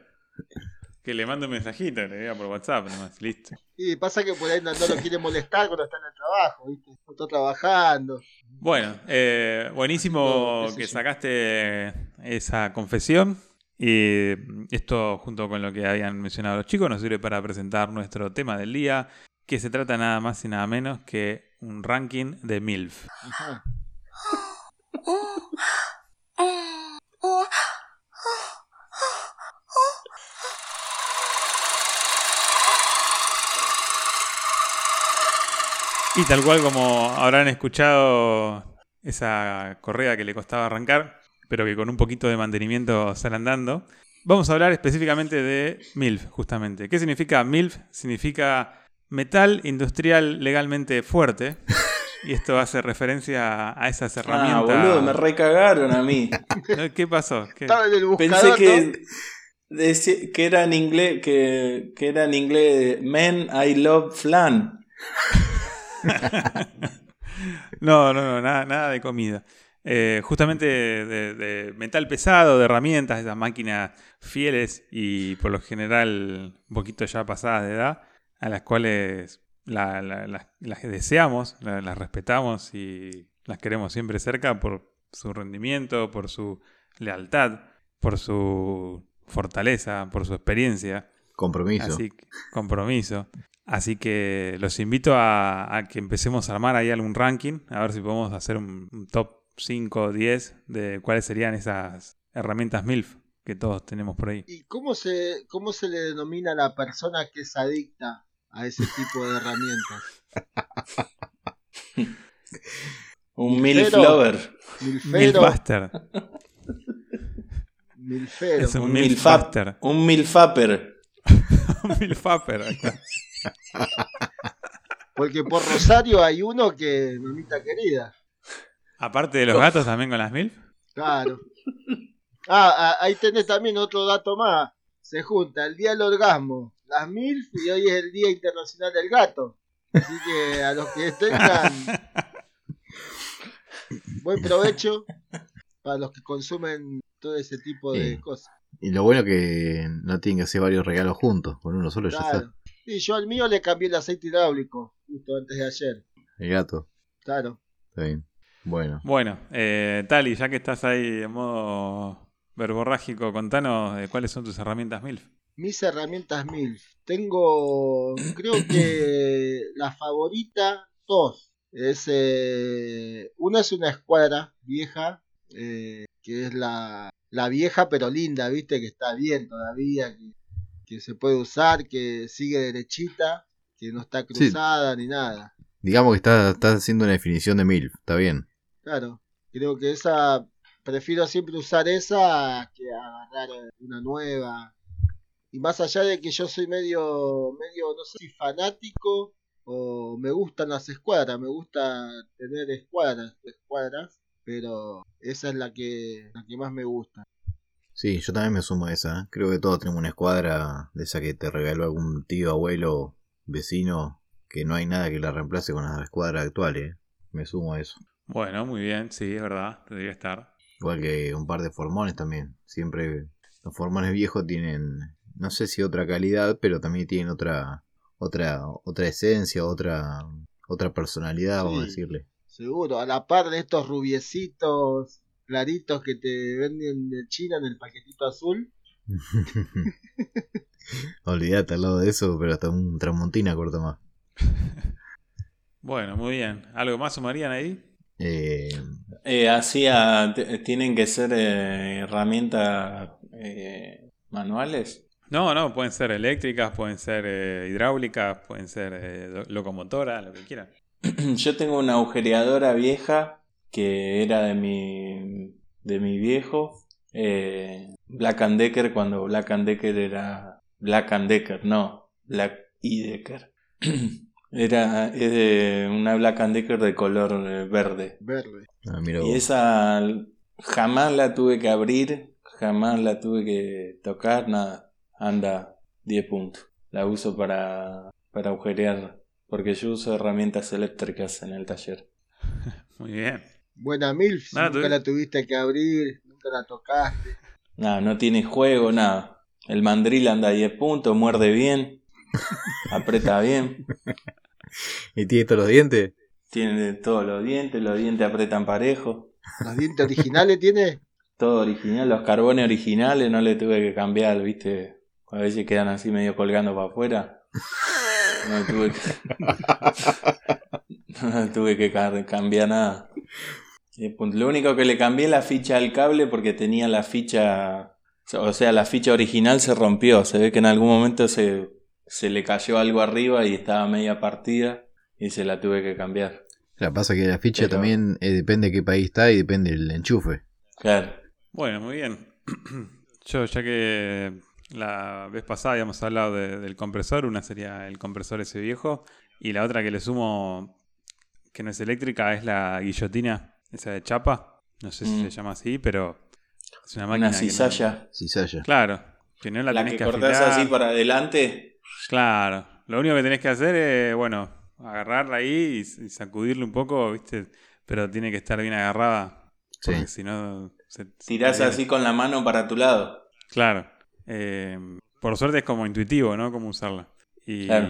Speaker 2: Que le mando un mensajito, le diga por WhatsApp nomás. Listo.
Speaker 3: Y pasa que por ahí no, no lo quiere molestar cuando está en el trabajo, ¿viste? No está trabajando.
Speaker 2: Bueno, eh, buenísimo
Speaker 3: No, Oh, qué sé
Speaker 2: que
Speaker 3: yo.
Speaker 2: sacaste esa confesión. Y esto, junto con lo que habían mencionado los chicos, nos sirve para presentar nuestro tema del día, que se trata nada más y nada menos que un ranking de MILF.
Speaker 3: Ajá.
Speaker 2: Y tal cual como habrán escuchado esa correa que le costaba arrancar, pero que con un poquito de mantenimiento sale andando, vamos a hablar específicamente de MILF, justamente. ¿Qué significa MILF? Significa metal industrial legalmente fuerte. Y esto hace referencia a esas
Speaker 4: Ah,
Speaker 2: herramientas.
Speaker 4: boludo, me recagaron a mí.
Speaker 2: ¿Qué pasó? ¿Qué-
Speaker 3: Estaba en el
Speaker 4: Pensé
Speaker 3: buscador. ¿no?
Speaker 4: que, decí- que era en inglés, que, que era en inglés Men I Love Flan.
Speaker 2: No, no, no, nada, nada de comida. Eh, justamente de, de metal pesado, de herramientas, de esas máquinas fieles y por lo general un poquito ya pasadas de edad, a las cuales la- la- la- las deseamos, la- las respetamos y las queremos siempre cerca por su rendimiento, por su lealtad, por su fortaleza, por su experiencia.
Speaker 1: Compromiso.
Speaker 2: Así que- compromiso. Así que los invito a, a que empecemos a armar ahí algún ranking, a ver si podemos hacer un, un top 5 o 10 de cuáles serían esas herramientas MILF que todos tenemos por ahí.
Speaker 3: ¿Y cómo se, cómo se le denomina a la persona que es adicta a ese tipo de herramientas?
Speaker 4: Un Milf
Speaker 3: Pero-
Speaker 4: Lover.
Speaker 3: Milfero.
Speaker 2: Milfbuster.
Speaker 3: Milfero.
Speaker 2: Es un
Speaker 4: Un Milfap.
Speaker 2: Milfbuster.
Speaker 4: Un Milfaper.
Speaker 2: Un Milfapper. ahí está.
Speaker 3: Porque por Rosario hay uno que, mamita querida.
Speaker 2: Aparte de los gatos también con las MILF.
Speaker 3: Claro. Ah, ah, ahí tenés también otro dato más. Se junta el día del orgasmo, las MILF y hoy es el Día Internacional del Gato. Así que a los que tengan buen provecho para los que consumen todo ese tipo de
Speaker 1: Sí.
Speaker 3: cosas.
Speaker 1: Y lo bueno que no tienen que hacer varios regalos juntos, con uno solo Pues ya está.
Speaker 3: Claro. Y yo al mío le cambié el aceite hidráulico justo antes de ayer.
Speaker 1: El gato,
Speaker 3: Claro.
Speaker 1: está bien. Bueno,
Speaker 2: Bueno, eh, Tali, ya que estás ahí en modo verborrágico, contanos de cuáles son tus herramientas MILF.
Speaker 3: Mis herramientas MILF. Tengo, creo que la favorita, dos. Es, eh, una es una escuadra vieja, eh, que es la, la vieja pero linda, viste, que está bien todavía, que, que se puede usar, que sigue derechita, que no está cruzada ni nada.
Speaker 1: digamos que estás está haciendo una definición de MILF, está bien.
Speaker 3: Claro, creo que esa, prefiero siempre usar esa que agarrar eh, una nueva. Y más allá de que yo soy medio, medio, no sé si fanático o me gustan las escuadras, me gusta tener escuadras, escuadras, pero esa es la que, la que más me gusta.
Speaker 1: Sí, yo también me sumo a esa. ¿eh? Creo que todos tenemos una escuadra de esa que te regaló algún tío, abuelo, vecino, que no hay nada que la reemplace con las escuadras actuales. ¿eh? Me sumo a eso.
Speaker 2: Bueno, muy bien, sí, es verdad, debería estar.
Speaker 1: Igual que un par de formones también. Siempre los formones viejos tienen, no sé si otra calidad, pero también tienen otra, otra, otra esencia, otra, otra personalidad, vamos a
Speaker 3: Sí.
Speaker 1: decirle.
Speaker 3: Seguro, a la par de estos rubiecitos claritos que te venden de China en el paquetito azul.
Speaker 1: Olvídate al lado de eso, pero hasta un tramontina corta más.
Speaker 2: Bueno, muy bien. ¿Algo más sumarían ahí?
Speaker 1: Eh,
Speaker 4: Eh, hacía, t- tienen que ser eh, herramientas eh, manuales.
Speaker 2: No, no, pueden ser eléctricas, pueden ser eh, hidráulicas, pueden ser eh, lo- locomotoras, lo que quieran.
Speaker 4: Yo tengo una agujereadora vieja que era de mi, de mi viejo. eh, Black and Decker cuando Black and Decker era Black and Decker, no, Black y Decker. Era es de una Black and Decker de color eh, verde.
Speaker 3: Verde.
Speaker 1: ah, mira
Speaker 4: Y
Speaker 1: vos.
Speaker 4: esa jamás la tuve que abrir, jamás la tuve que tocar, nada. Anda 10 puntos. La uso para, para agujerear, porque yo uso herramientas eléctricas en el taller.
Speaker 2: Muy bien.
Speaker 3: Buena MILF, si
Speaker 2: Ah,
Speaker 3: nunca
Speaker 2: tú-
Speaker 3: la tuviste que abrir, nunca la tocaste.
Speaker 4: Nada, no tiene juego, nada. El mandril anda a 10 puntos, muerde bien, aprieta bien,
Speaker 1: ¿Y tiene todos los dientes?
Speaker 4: tiene todos los dientes, los dientes apretan parejo,
Speaker 3: ¿Los dientes originales tiene?
Speaker 4: todo original, los carbones originales no le tuve que cambiar, viste, a veces quedan así medio colgando para afuera. No le tuve que, no le tuve que ca- cambiar nada. Sí, punto. Lo único que le cambié la ficha al cable porque tenía la ficha. O sea, la ficha original se rompió. Se ve que en algún momento se, se le cayó algo arriba y estaba media partida y se la tuve que cambiar.
Speaker 1: La pasa que la ficha
Speaker 4: Pero-
Speaker 1: también eh, depende de qué país está y depende del enchufe.
Speaker 4: Claro.
Speaker 2: Bueno, muy bien. Yo, ya que la vez pasada habíamos hablado de- del compresor, una sería el compresor ese viejo, y la otra que le sumo, que no es eléctrica, es la guillotina, esa de chapa. No sé si
Speaker 4: Mm.
Speaker 2: se llama así, pero es una máquina.
Speaker 4: Una
Speaker 2: que no-
Speaker 4: cizalla.
Speaker 1: Cizalla.
Speaker 2: claro, que no la,
Speaker 4: La,
Speaker 2: tenés
Speaker 4: que,
Speaker 2: que,
Speaker 4: cortás
Speaker 2: afilar.
Speaker 4: así para adelante.
Speaker 2: Claro, lo único que tenés que hacer es, bueno, agarrarla ahí y, y sacudirla un poco, ¿viste? Pero tiene que estar bien agarrada,
Speaker 1: Sí.
Speaker 2: porque si no... se- se
Speaker 4: Tirás
Speaker 2: te viene.
Speaker 4: así con la mano para tu lado.
Speaker 2: Claro. Eh, por suerte es como intuitivo, ¿no? Cómo usarla. Y
Speaker 4: Claro.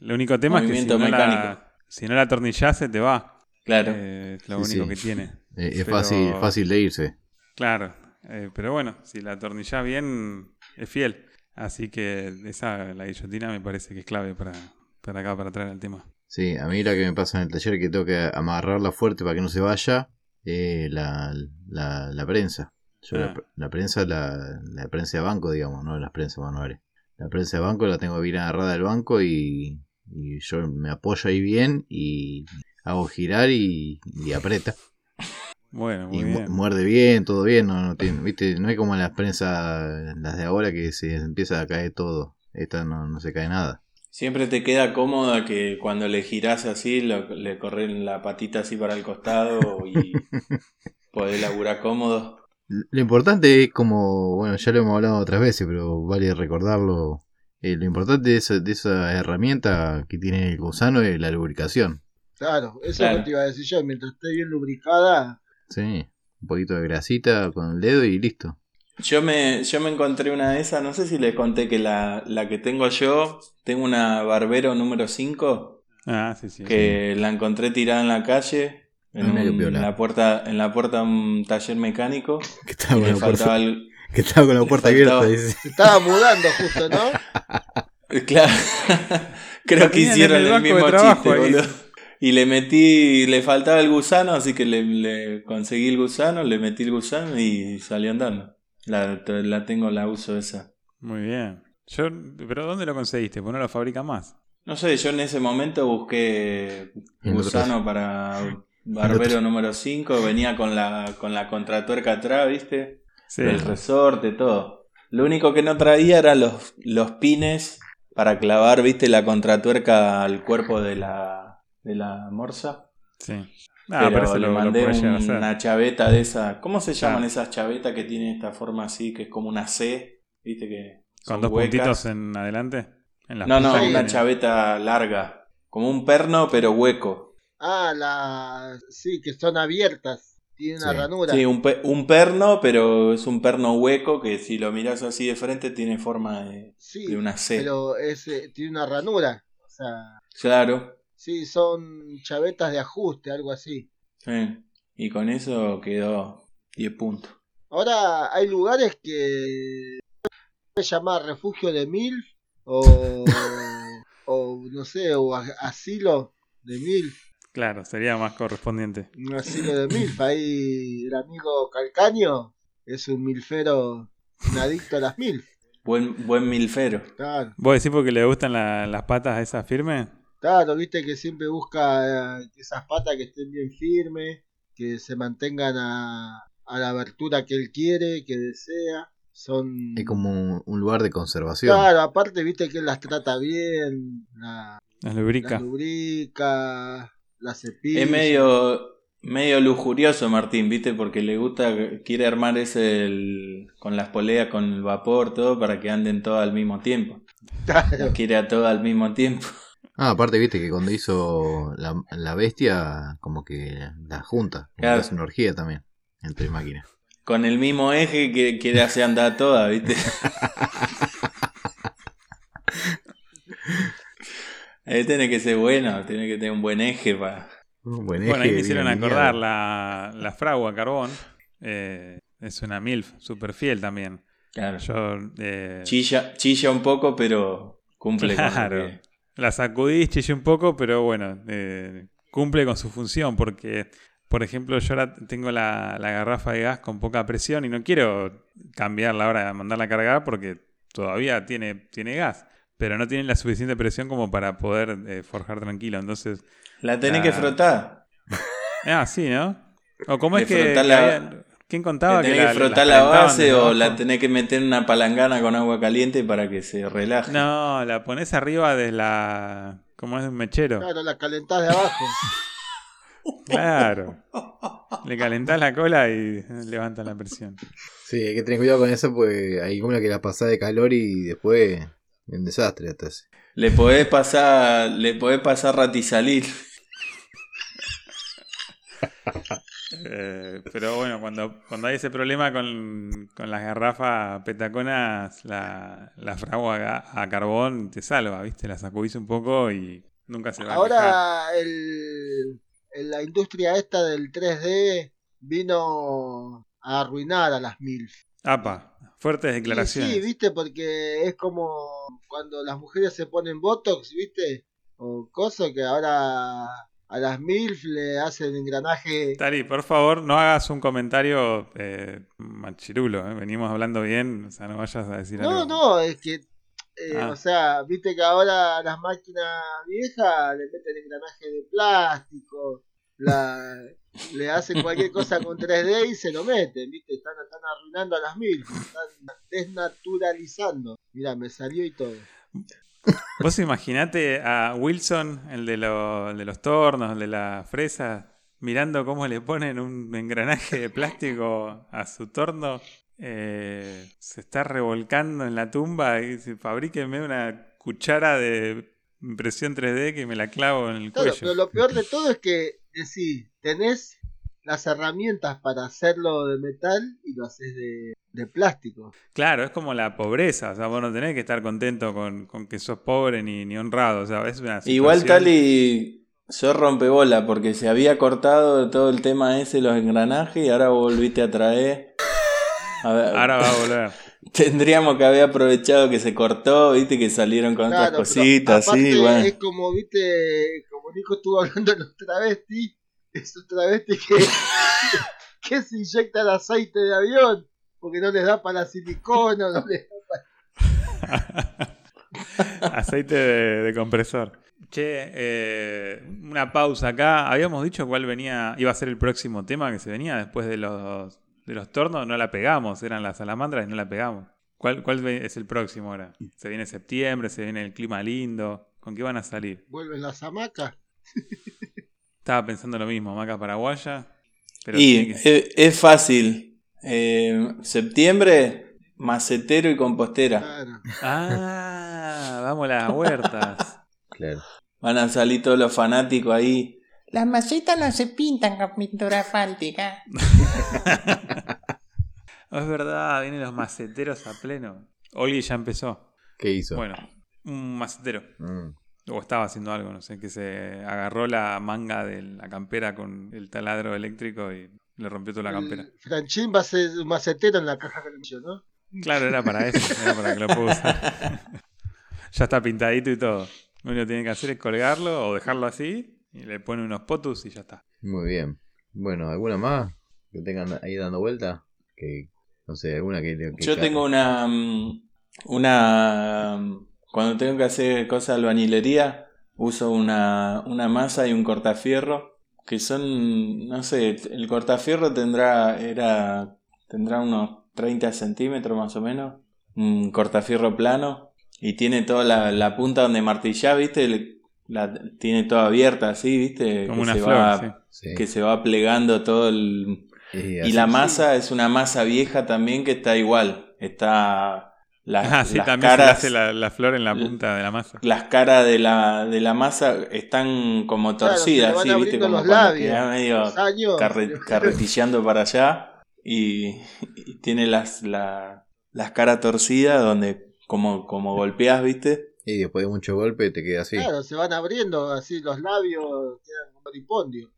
Speaker 2: lo único tema es
Speaker 4: Movimiento
Speaker 2: que si no,
Speaker 4: mecánico.
Speaker 2: la, si no la atornillás se te va.
Speaker 4: Claro.
Speaker 2: Eh, es lo
Speaker 1: Sí,
Speaker 2: único
Speaker 1: sí.
Speaker 2: que tiene.
Speaker 1: Eh, es
Speaker 2: Pero-
Speaker 1: fácil, fácil de irse.
Speaker 2: Claro. Eh, pero bueno, si la atornillás bien, es fiel. Así que esa, la guillotina me parece que es clave para, para acá, para traer el tema.
Speaker 1: Sí, a mí la que me pasa en el taller es que tengo que amarrarla fuerte para que no se vaya eh, la, la, la prensa. Yo la,
Speaker 2: Ah.
Speaker 1: la prensa, la, la prensa de banco, digamos, no las prensas manuales. La prensa de banco la tengo bien agarrada del banco y, y yo me apoyo ahí bien y hago girar y, y aprieta.
Speaker 2: Bueno, muy
Speaker 1: Y mu-
Speaker 2: bien.
Speaker 1: muerde bien, todo bien, no, no tiene, viste, no es como las prensas, las de ahora que se empieza a caer todo. Esta no, no se cae nada.
Speaker 4: Siempre te queda cómoda que cuando le girás así, lo- le corren la patita así para el costado y podés laburar cómodo.
Speaker 1: Lo importante es como, bueno, ya lo hemos hablado otras veces, pero vale recordarlo. eh, lo importante de esa, de esa herramienta que tiene el gusano es la lubricación.
Speaker 3: Claro, eso es
Speaker 4: Claro.
Speaker 3: lo que te iba a decir yo. Mientras esté bien lubricada,
Speaker 1: Sí, un poquito de grasita con el dedo y listo.
Speaker 4: Yo me, yo me encontré una de esas, no sé si les conté que la, la que tengo yo, tengo una Barbero número 5,
Speaker 2: Ah, sí, sí.
Speaker 4: que la encontré tirada en la calle, en,
Speaker 1: Ah, medio
Speaker 4: un-
Speaker 1: piola.
Speaker 4: en la puerta, en la puerta de un taller mecánico,
Speaker 1: Que estaba
Speaker 4: y
Speaker 1: con
Speaker 4: le
Speaker 1: la puerta,
Speaker 4: faltaba el-
Speaker 1: que estaba con la
Speaker 4: le
Speaker 1: puerta
Speaker 4: faltaba-
Speaker 1: abierta. dice.
Speaker 3: se estaba mudando justo, ¿no?
Speaker 4: Eh, Claro. Creo
Speaker 2: La
Speaker 4: que
Speaker 2: tenían en
Speaker 4: hicieron
Speaker 2: el
Speaker 4: el,
Speaker 2: banco de
Speaker 4: mismo chiste,
Speaker 2: trabajo ahí.
Speaker 4: boludo. Y le metí, le faltaba el gusano, así que le, le conseguí el gusano, le metí el gusano y salió andando. La, la tengo, la uso esa.
Speaker 2: Muy bien. Yo, ¿Pero dónde lo conseguiste? Pues no lo fabrica más.
Speaker 4: No sé, yo en ese momento busqué
Speaker 1: En otros-
Speaker 4: gusano para barbero
Speaker 1: otros-
Speaker 4: número 5, venía con la, con la contratuerca atrás, ¿viste?
Speaker 2: Sí.
Speaker 4: El resorte, todo. Lo único que no traía eran los, los pines para clavar, viste, la contratuerca al cuerpo de la, de la morsa.
Speaker 2: sí. Ah, pero
Speaker 4: pero
Speaker 2: eso
Speaker 4: le
Speaker 2: lo, lo
Speaker 4: mandé
Speaker 2: podés llegar a hacer.
Speaker 4: una chaveta de esa. ¿Cómo se llaman
Speaker 2: Ah.
Speaker 4: esas chavetas que tienen esta forma así, que es como una C? ¿Viste que
Speaker 2: Con
Speaker 4: son
Speaker 2: dos
Speaker 4: huecas?
Speaker 2: puntitos en adelante. En las
Speaker 4: No, no,
Speaker 2: puntas que
Speaker 4: una
Speaker 2: tiene.
Speaker 4: chaveta larga. Como un perno, pero hueco.
Speaker 3: Ah, la... sí, que son abiertas. Tiene una
Speaker 1: Sí.
Speaker 3: ranura.
Speaker 4: Sí, un, pe- un perno, pero es un perno hueco que si lo mirás así de frente tiene forma de,
Speaker 3: Sí,
Speaker 4: de una C.
Speaker 3: pero es, eh, tiene una ranura. O sea,
Speaker 4: Claro.
Speaker 3: sí, son chavetas de ajuste, algo así.
Speaker 4: Sí, y con eso quedó 10 puntos.
Speaker 3: Ahora hay lugares que se llama refugio de mil o, o no sé, o a- asilo de mil,
Speaker 2: Claro, sería más correspondiente.
Speaker 3: un asilo de mil. Ahí el amigo Calcaño es un milfero, un adicto a las mil.
Speaker 4: Buen, buen milfero.
Speaker 3: Claro,
Speaker 2: ¿Vos decís porque le gustan la- las patas esas firmes?
Speaker 3: claro, viste que siempre busca eh, esas patas que estén bien firmes, que se mantengan a, a la abertura que él quiere, que desea. Son
Speaker 1: Es como un, un lugar de conservación.
Speaker 3: Claro, aparte viste que él las trata bien, la-
Speaker 2: Las
Speaker 3: las
Speaker 2: lubrica.
Speaker 3: lubrica, las cepilla.
Speaker 4: Es medio, medio lujurioso Martín, ¿viste? Porque le gusta, quiere armar ese el- con las poleas, con el vapor, todo, para que anden todas al mismo tiempo. Las
Speaker 3: Claro,
Speaker 4: quiere a todas al mismo tiempo.
Speaker 1: Ah, aparte viste que cuando hizo la, la bestia, como que la junta. Como
Speaker 4: Claro.
Speaker 1: que hace una orgía también entre máquinas.
Speaker 4: Con el mismo eje que quiere hacer andar todas, ¿viste? Eh, tiene que ser bueno, tiene que tener un buen eje para...
Speaker 1: Un Mm, buen
Speaker 2: Bueno, ahí
Speaker 1: eje
Speaker 2: me hicieron
Speaker 1: bien
Speaker 2: acordar
Speaker 1: alineado.
Speaker 2: la, la fragua carbón. eh, es una MILF, súper fiel también.
Speaker 4: Claro.
Speaker 2: Yo eh,
Speaker 4: Chilla, chilla un poco, pero cumple con lo
Speaker 2: Claro.
Speaker 4: que-
Speaker 2: la sacudí, chillé un poco, pero bueno, eh, cumple con su función porque Por ejemplo, yo ahora tengo la, la garrafa de gas con poca presión y no quiero cambiarla ahora, mandarla a cargar porque todavía tiene, tiene gas, pero no tiene la suficiente presión como para poder eh, forjar tranquilo. Entonces,
Speaker 4: La tenés
Speaker 2: Ah.
Speaker 4: que frotar.
Speaker 2: ah, sí, ¿no? O cómo
Speaker 4: Le
Speaker 2: es que...
Speaker 4: frotás la-
Speaker 2: había- ¿Quién contaba
Speaker 4: Le tenés que,
Speaker 2: la- las
Speaker 4: frotar la
Speaker 2: calentaban
Speaker 4: base
Speaker 2: desde
Speaker 4: o
Speaker 2: abajo?
Speaker 4: la tenés que meter en una palangana con agua caliente para que se relaje.
Speaker 2: No, la pones arriba de la... ¿Cómo es un mechero?
Speaker 3: Claro, la calentás de abajo.
Speaker 2: Claro. Le calentás la cola y levantas la presión.
Speaker 1: Sí, hay que tener cuidado con eso porque hay una que la pasa de calor y después un desastre hasta hace.
Speaker 4: Le podés pasar, le podés pasar ratisalil.
Speaker 2: Eh, pero bueno, cuando, cuando hay ese problema con, con las garrafas petaconas, la, la fragua a, a carbón te salva, ¿viste? La sacudís un poco y nunca se va a quejar.
Speaker 3: Ahora el, el- la industria esta del 3D vino a arruinar a las MILF.
Speaker 2: Apa, fuertes
Speaker 3: Y
Speaker 2: declaraciones.
Speaker 3: Sí, viste, porque es como cuando las mujeres se ponen Botox, viste, o coso que ahora a las MILF le hacen engranaje.
Speaker 2: Tari, por favor, no hagas un comentario eh, machirulo, ¿eh? venimos hablando bien, o sea, no vayas a decir
Speaker 3: No,
Speaker 2: algo.
Speaker 3: no, es que, eh,
Speaker 2: Ah.
Speaker 3: o sea, viste que ahora las máquinas viejas le meten engranaje de plástico, la, le hacen cualquier cosa con 3D y se lo meten, viste, están, están arruinando a las mil, están desnaturalizando. Mira, me salió y todo.
Speaker 2: Vos imaginate a Wilson, el de, lo- el de los tornos, el de las fresas, mirando cómo le ponen un engranaje de plástico a su torno. Eh, se está revolcando en la tumba y dice, fabríquenme una cuchara de impresión 3D que me la clavo en el
Speaker 3: Claro,
Speaker 2: cuello.
Speaker 3: pero lo peor de todo es que decís, tenés las herramientas para hacerlo de metal y lo haces de, de plástico.
Speaker 2: Claro, es como la pobreza, o sea, vos no tenés que estar contento con, con que sos pobre ni, ni honrado, o sea, es una
Speaker 4: Igual
Speaker 2: situación-
Speaker 4: Tali sos rompebola porque se había cortado todo el tema ese, los engranajes, y ahora vos volviste a traer. A ver,
Speaker 2: Ahora va a volver.
Speaker 4: tendríamos que haber aprovechado que se cortó, viste, que salieron con
Speaker 3: Claro,
Speaker 4: otras
Speaker 3: pero
Speaker 4: cositas,
Speaker 3: aparte
Speaker 4: sí, bueno.
Speaker 3: Es como, viste, como Nico estuvo hablando de los travestis, esos travestis que, que se inyectan aceite de avión porque no les da para la silicona, no les-
Speaker 2: Aceite de, de compresor. Che, eh, una pausa acá. Habíamos dicho cuál venía, iba a ser el próximo tema que se venía después de los de los tornos. No la pegamos, eran las salamandras y no la pegamos. ¿Cuál, cuál ve- es el próximo ahora? Se viene septiembre, se viene el clima lindo. ¿Con qué van a salir?
Speaker 3: vuelven las hamacas.
Speaker 2: Estaba pensando lo mismo, Maca Paraguaya. Pero
Speaker 4: Y
Speaker 2: tiene que-
Speaker 4: es, es fácil. Eh, septiembre, macetero y compostera.
Speaker 3: Claro.
Speaker 2: Ah, vamos a las huertas.
Speaker 1: Claro.
Speaker 4: Van a salir todos los fanáticos ahí.
Speaker 5: Las macetas no se pintan con pintura fáltica.
Speaker 2: es verdad, vienen los maceteros a pleno. Oli ya empezó.
Speaker 1: ¿Qué hizo?
Speaker 2: Bueno, un macetero.
Speaker 1: Mm.
Speaker 2: O estaba haciendo algo, no sé, que se agarró la manga de la campera con el taladro eléctrico y le rompió toda la campera.
Speaker 3: El Franchín va a ser un macetero en la caja de anuncio, ¿no?
Speaker 4: Mm.
Speaker 2: Claro, era para eso, era para que lo pueda usar. ya está pintadito y todo. Lo único que tiene que hacer es colgarlo o dejarlo así y le pone unos potus y ya está.
Speaker 1: Muy bien. Bueno, ¿alguna más que tengan ahí dando vuelta? Que no sé, alguna que... que
Speaker 4: Yo tengo una. mm, Una. mm, Cuando tengo que hacer cosas de albañilería, uso una, una masa y un cortafierro. Que son. No sé, el cortafierro tendrá. Era. Tendrá unos 30 centímetros más o menos. Un cortafierro plano. Y tiene toda la, la punta donde martillás, ¿viste? Le- La, tiene toda abierta así,
Speaker 2: Como
Speaker 4: ¿viste? Eh, que
Speaker 2: una
Speaker 4: se
Speaker 2: flor,
Speaker 4: va,
Speaker 2: sí.
Speaker 1: Sí.
Speaker 4: Que se va plegando todo el, y
Speaker 1: así.
Speaker 4: la masa es una masa vieja también que está igual. Está las,
Speaker 2: Ah, sí,
Speaker 4: las
Speaker 2: también se le
Speaker 4: caras, Mm.
Speaker 2: hace la, la flor en la punta de la masa.
Speaker 4: las caras de la, de la masa están como
Speaker 3: Claro,
Speaker 4: torcidas,
Speaker 3: se le van
Speaker 4: así, viste,
Speaker 3: abriendo
Speaker 4: como
Speaker 3: los
Speaker 4: cuando
Speaker 3: labios,
Speaker 4: queda medio
Speaker 3: Los años.
Speaker 4: carre- carretillando para allá y, y tiene las, la- las caras torcidas donde como, como golpeás, viste.
Speaker 1: Y después de mucho golpe te queda así.
Speaker 4: Ah,
Speaker 3: Claro, se van abriendo así los labios, quedan como tripondio.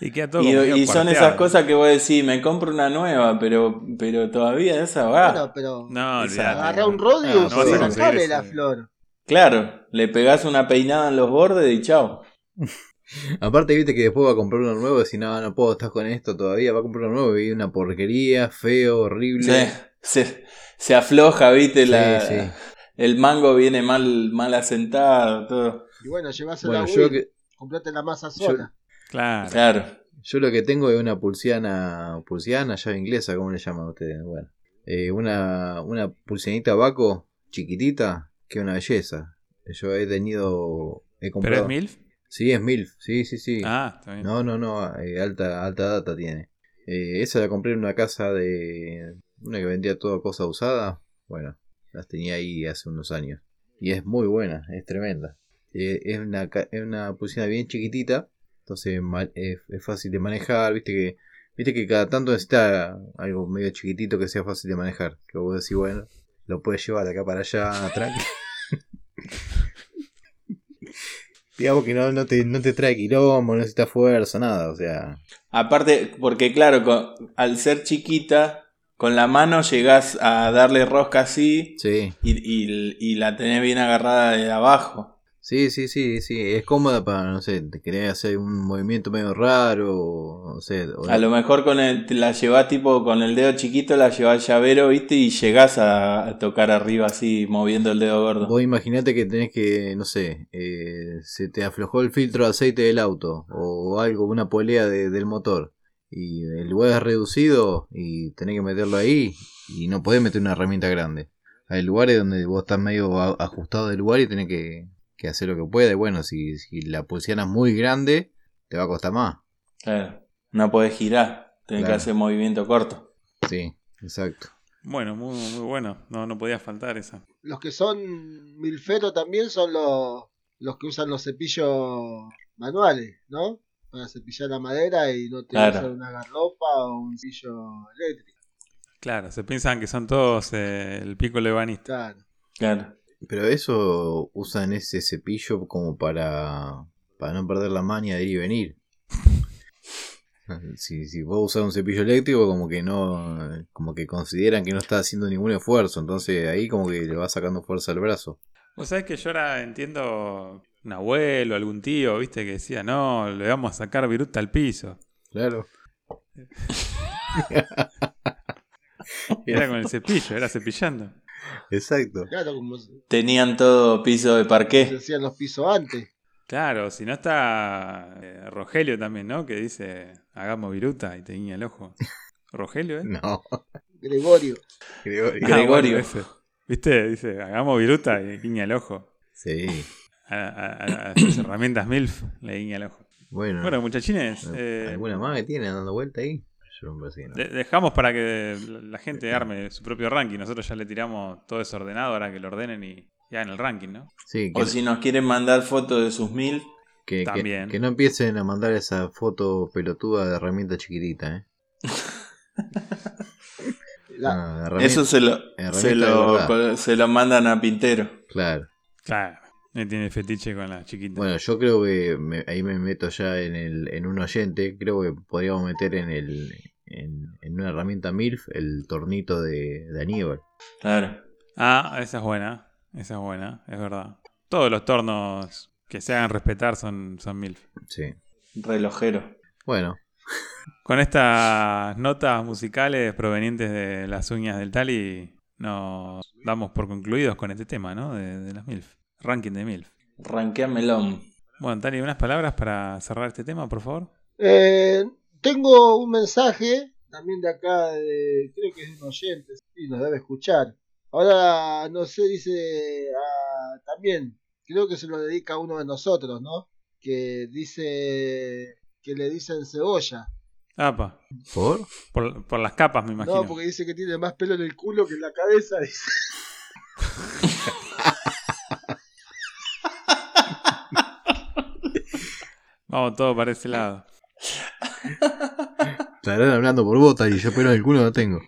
Speaker 2: Y queda todo
Speaker 4: Y,
Speaker 2: como medio
Speaker 4: y son
Speaker 2: cuarteado.
Speaker 4: esas cosas que vos decís, me compro una nueva, pero, pero todavía esa va.
Speaker 3: Bueno, pero
Speaker 2: No,
Speaker 4: Esa-
Speaker 2: olvidate.
Speaker 3: agarrá un
Speaker 1: Ah, no
Speaker 3: rodio
Speaker 1: vas
Speaker 2: a
Speaker 3: y
Speaker 2: conseguir
Speaker 3: sacale
Speaker 2: eso.
Speaker 3: la flor.
Speaker 4: Claro, le pegás una peinada en los bordes y chao.
Speaker 1: Aparte, viste que después va a comprar uno nuevo y si no, no puedo, estás con esto todavía. Va a comprar uno nuevo y una porquería, feo, horrible.
Speaker 4: Se, se, se afloja, viste, la,
Speaker 1: Sí, sí.
Speaker 4: el mango viene mal, mal asentado, todo.
Speaker 3: Y bueno, llevás a la
Speaker 1: Bueno,
Speaker 3: Wii,
Speaker 1: yo, que,
Speaker 3: comprate la masa sola.
Speaker 2: Claro.
Speaker 4: Claro.
Speaker 1: yo lo que tengo es una pulsiana, pulsiana, llave inglesa, ¿cómo le llaman ustedes? Bueno, eh, una, una pulsianita Baco chiquitita, que es una belleza. Yo he tenido. He
Speaker 2: ¿Pero
Speaker 1: comprado.
Speaker 2: es MILF?
Speaker 1: Sí, es MILF, sí, sí, sí.
Speaker 2: Ah, está bien.
Speaker 1: No, no, no, eh, alta, alta data tiene. Eh, esa la compré en una casa de. Una que vendía toda cosa usada. Bueno, las tenía ahí hace unos años. Y es muy buena, es tremenda. Eh, es, una, ca- es una pulsera bien chiquitita. Entonces ma- es, es fácil de manejar. Viste que viste que cada tanto necesita algo medio chiquitito que sea fácil de manejar. Que vos decís, bueno, lo puedes llevar de acá para allá, tranqui. Digamos que no, no, te, no te trae quilombo, no necesita fuerza, nada. O sea,
Speaker 4: Aparte, porque claro, con- al ser chiquita, con la mano llegás a darle rosca así
Speaker 1: sí.
Speaker 4: y, y- y la tenés bien agarrada de abajo.
Speaker 1: Sí, sí, sí, sí, es cómoda para, no sé, te querés hacer un movimiento medio raro, o no sé, o-
Speaker 4: A lo mejor con el- te la llevás tipo con el dedo chiquito, la llevás llavero, viste, y llegás a, a tocar arriba así, moviendo el dedo gordo.
Speaker 1: vos imaginate que tenés que, no sé, eh, se te aflojó el filtro de aceite del auto, o algo, una polea de- del motor, y el lugar es reducido, y tenés que meterlo ahí, y no podés meter una herramienta grande. Hay lugares donde vos estás medio a- ajustado del lugar y tenés que, que hacer lo que puedas, y bueno, si, si la pulsiana es muy grande, te va a costar más,
Speaker 4: Claro. No podés girar, tenés
Speaker 1: Claro.
Speaker 4: que hacer movimiento corto.
Speaker 1: sí, exacto.
Speaker 2: Bueno, muy, muy bueno. No, no podía faltar esa.
Speaker 3: Los que son milfero también son los, los que usan los cepillos manuales, ¿no? Para cepillar la madera y no te
Speaker 4: Claro.
Speaker 3: usan una garropa o un cepillo eléctrico.
Speaker 2: Claro, se piensan que son todos eh, el pico lebanista.
Speaker 3: Claro.
Speaker 4: Claro.
Speaker 1: Pero eso usan ese cepillo como para, para no perder la maña de ir y venir. Si, si vos usás un cepillo eléctrico, como que no, como que consideran que no está haciendo ningún esfuerzo, entonces ahí como que le va sacando fuerza al brazo.
Speaker 2: Vos sabés que yo ahora entiendo un abuelo, algún tío, viste, que decía, no, le vamos a sacar viruta al piso.
Speaker 1: Claro.
Speaker 2: Era con el cepillo, era cepillando.
Speaker 1: Exacto.
Speaker 2: ¿Eh?
Speaker 3: Claro, como se
Speaker 4: Tenían todo piso de
Speaker 3: se
Speaker 4: parqué.
Speaker 3: hacían los pisos antes.
Speaker 2: Claro, si no está eh, Rogelio también, ¿no? Que dice, hagamos viruta y te guiña el ojo. ¿Rogelio, eh?
Speaker 1: No,
Speaker 3: Gregorio.
Speaker 1: Gregorio.
Speaker 2: Ah, bueno,
Speaker 4: Gregorio.
Speaker 2: ese. viste, dice, hagamos viruta y guiña el ojo.
Speaker 1: Sí.
Speaker 2: A, a- a- a sus herramientas MILF le guiña el ojo.
Speaker 1: Bueno,
Speaker 2: Bueno, muchachines, eh,
Speaker 1: ¿alguna más que tiene dando vuelta ahí? Yo me parece que no.
Speaker 2: de- dejamos para que la- la gente arme su propio ranking. Nosotros ya le tiramos todo desordenado ahora que lo ordenen y, y hagan el ranking, ¿no?
Speaker 1: Sí, que,
Speaker 4: O si nos quieren mandar fotos de sus mil,
Speaker 1: que- que-
Speaker 2: también.
Speaker 1: que no empiecen a mandar esa foto pelotuda de herramienta chiquitita, ¿eh?
Speaker 3: La-
Speaker 1: No, herramienta-
Speaker 4: eso se lo,
Speaker 1: herramienta
Speaker 4: se
Speaker 1: de
Speaker 4: lo,
Speaker 1: verdad.
Speaker 4: col- se lo mandan a Pintero.
Speaker 1: Claro.
Speaker 2: Claro, no tiene fetiche con la chiquita.
Speaker 1: Bueno, yo creo que me- ahí me meto ya en, el, en un oyente. Creo que podríamos meter en el en, en una herramienta MILF el tornito de, de Aníbal.
Speaker 4: Claro.
Speaker 2: Ah, esa es buena, esa es buena, es verdad. Todos los tornos que se hagan respetar son, son MILF.
Speaker 1: Sí.
Speaker 4: Relojero.
Speaker 1: Bueno,
Speaker 2: Con estas notas musicales provenientes de las uñas del Tali, nos damos por concluidos con este tema, ¿no? De, de las MILF. Ranking de MILF.
Speaker 4: Ranqueamelón.
Speaker 2: Bueno, Tali, unas palabras para cerrar este tema, por favor.
Speaker 3: Eh, tengo un mensaje también de acá, de, creo que es de un oyente, y nos debe escuchar. Ahora, no sé, dice ah, también, creo que se lo dedica a uno de nosotros, ¿no? Que dice que le dicen cebolla.
Speaker 2: Apa,
Speaker 1: ¿por?
Speaker 2: por, por las capas, me imagino.
Speaker 3: No, porque dice que tiene más pelo en el culo que en la cabeza. dice.
Speaker 2: Vamos todo para ese lado.
Speaker 1: Estarán hablando por botas y yo pero el culo no tengo.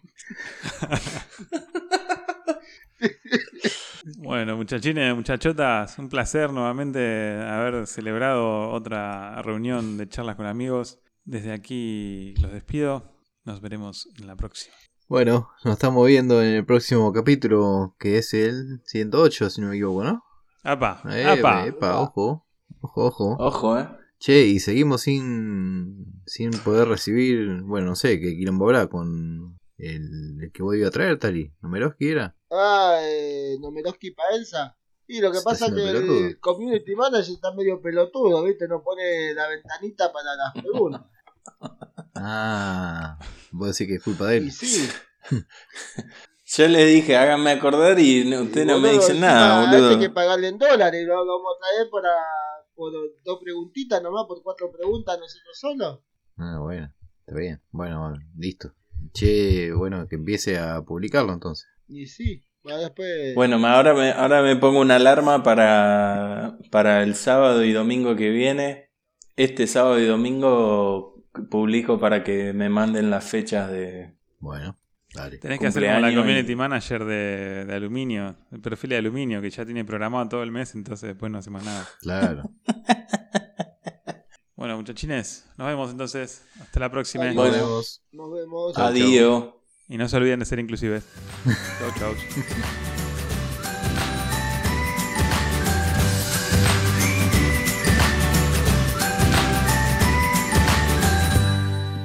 Speaker 2: Bueno, muchachines, muchachotas, un placer nuevamente haber celebrado otra reunión de charlas con amigos. Desde aquí los despido. Nos veremos en la próxima.
Speaker 1: Bueno, nos estamos viendo en el próximo capítulo, que es el 108, si no me equivoco, ¿no?
Speaker 2: Apa,
Speaker 1: Eh,
Speaker 2: apa.
Speaker 1: epa, ojo, ojo, ojo.
Speaker 4: Ojo, eh.
Speaker 1: Che, y seguimos sin, sin poder recibir, bueno, no sé, qué quilombo habrá con el, el que voy a traer, Tali. Numeroski era.
Speaker 3: Ah, eh, Nomeroski Paenza. Y lo que
Speaker 1: Se
Speaker 3: pasa es
Speaker 1: está
Speaker 3: que
Speaker 1: haciendo
Speaker 3: el
Speaker 1: pelotudo.
Speaker 3: community manager está medio pelotudo, ¿viste? No pone la ventanita para las preguntas.
Speaker 1: Ah, vos decís que es culpa de
Speaker 3: Y
Speaker 1: él.
Speaker 3: sí.
Speaker 4: Yo le dije, háganme acordar y no- ustedes no me
Speaker 3: Boludo,
Speaker 4: dicen
Speaker 3: encima
Speaker 4: nada,
Speaker 3: a este
Speaker 4: boludo.
Speaker 3: Hay que pagarle en dólares, lo lo vamos a traer para, por dos preguntitas nomás, por cuatro preguntas nosotros solos.
Speaker 1: Ah, bueno, está bien. Bueno, bueno, listo. Che, bueno, que empiece a publicarlo entonces.
Speaker 3: Y sí, para después.
Speaker 4: Bueno, ma- ahora me, ahora me pongo una alarma para, para el sábado y domingo que viene. Este sábado y domingo publico para que me manden las fechas de...
Speaker 1: Bueno, dale.
Speaker 2: Tenés que hacer como la
Speaker 4: Cumpleaños
Speaker 2: community
Speaker 4: y-
Speaker 2: manager de, de aluminio, el perfil de aluminio, que ya tiene programado todo el mes, entonces después no hace más nada.
Speaker 1: Claro.
Speaker 2: Bueno, muchachines, nos vemos entonces. Hasta la próxima.
Speaker 3: Bueno.
Speaker 1: Adiós.
Speaker 3: Nos vemos.
Speaker 1: Ah, chau.
Speaker 4: Adiós.
Speaker 2: Y no se olviden de ser inclusives. Chau, chau.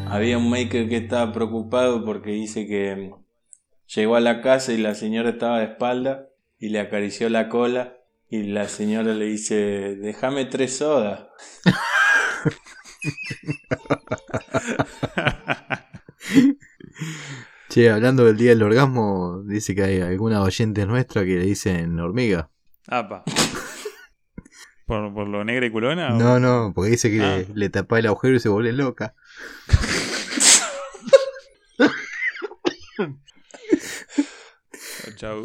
Speaker 4: Había un maker que estaba preocupado porque dice que llegó a la casa y la señora estaba de espalda y le acarició la cola y la señora le dice, déjame tres sodas.
Speaker 1: Che, hablando del día del orgasmo, dice que hay algunas oyentes nuestras que le dicen hormiga.
Speaker 2: Apa. ¿Por, por lo negra y culona? o-
Speaker 1: No, no, porque dice que
Speaker 2: Ah.
Speaker 1: le, le tapá el agujero y se vuelve loca.
Speaker 2: Chau.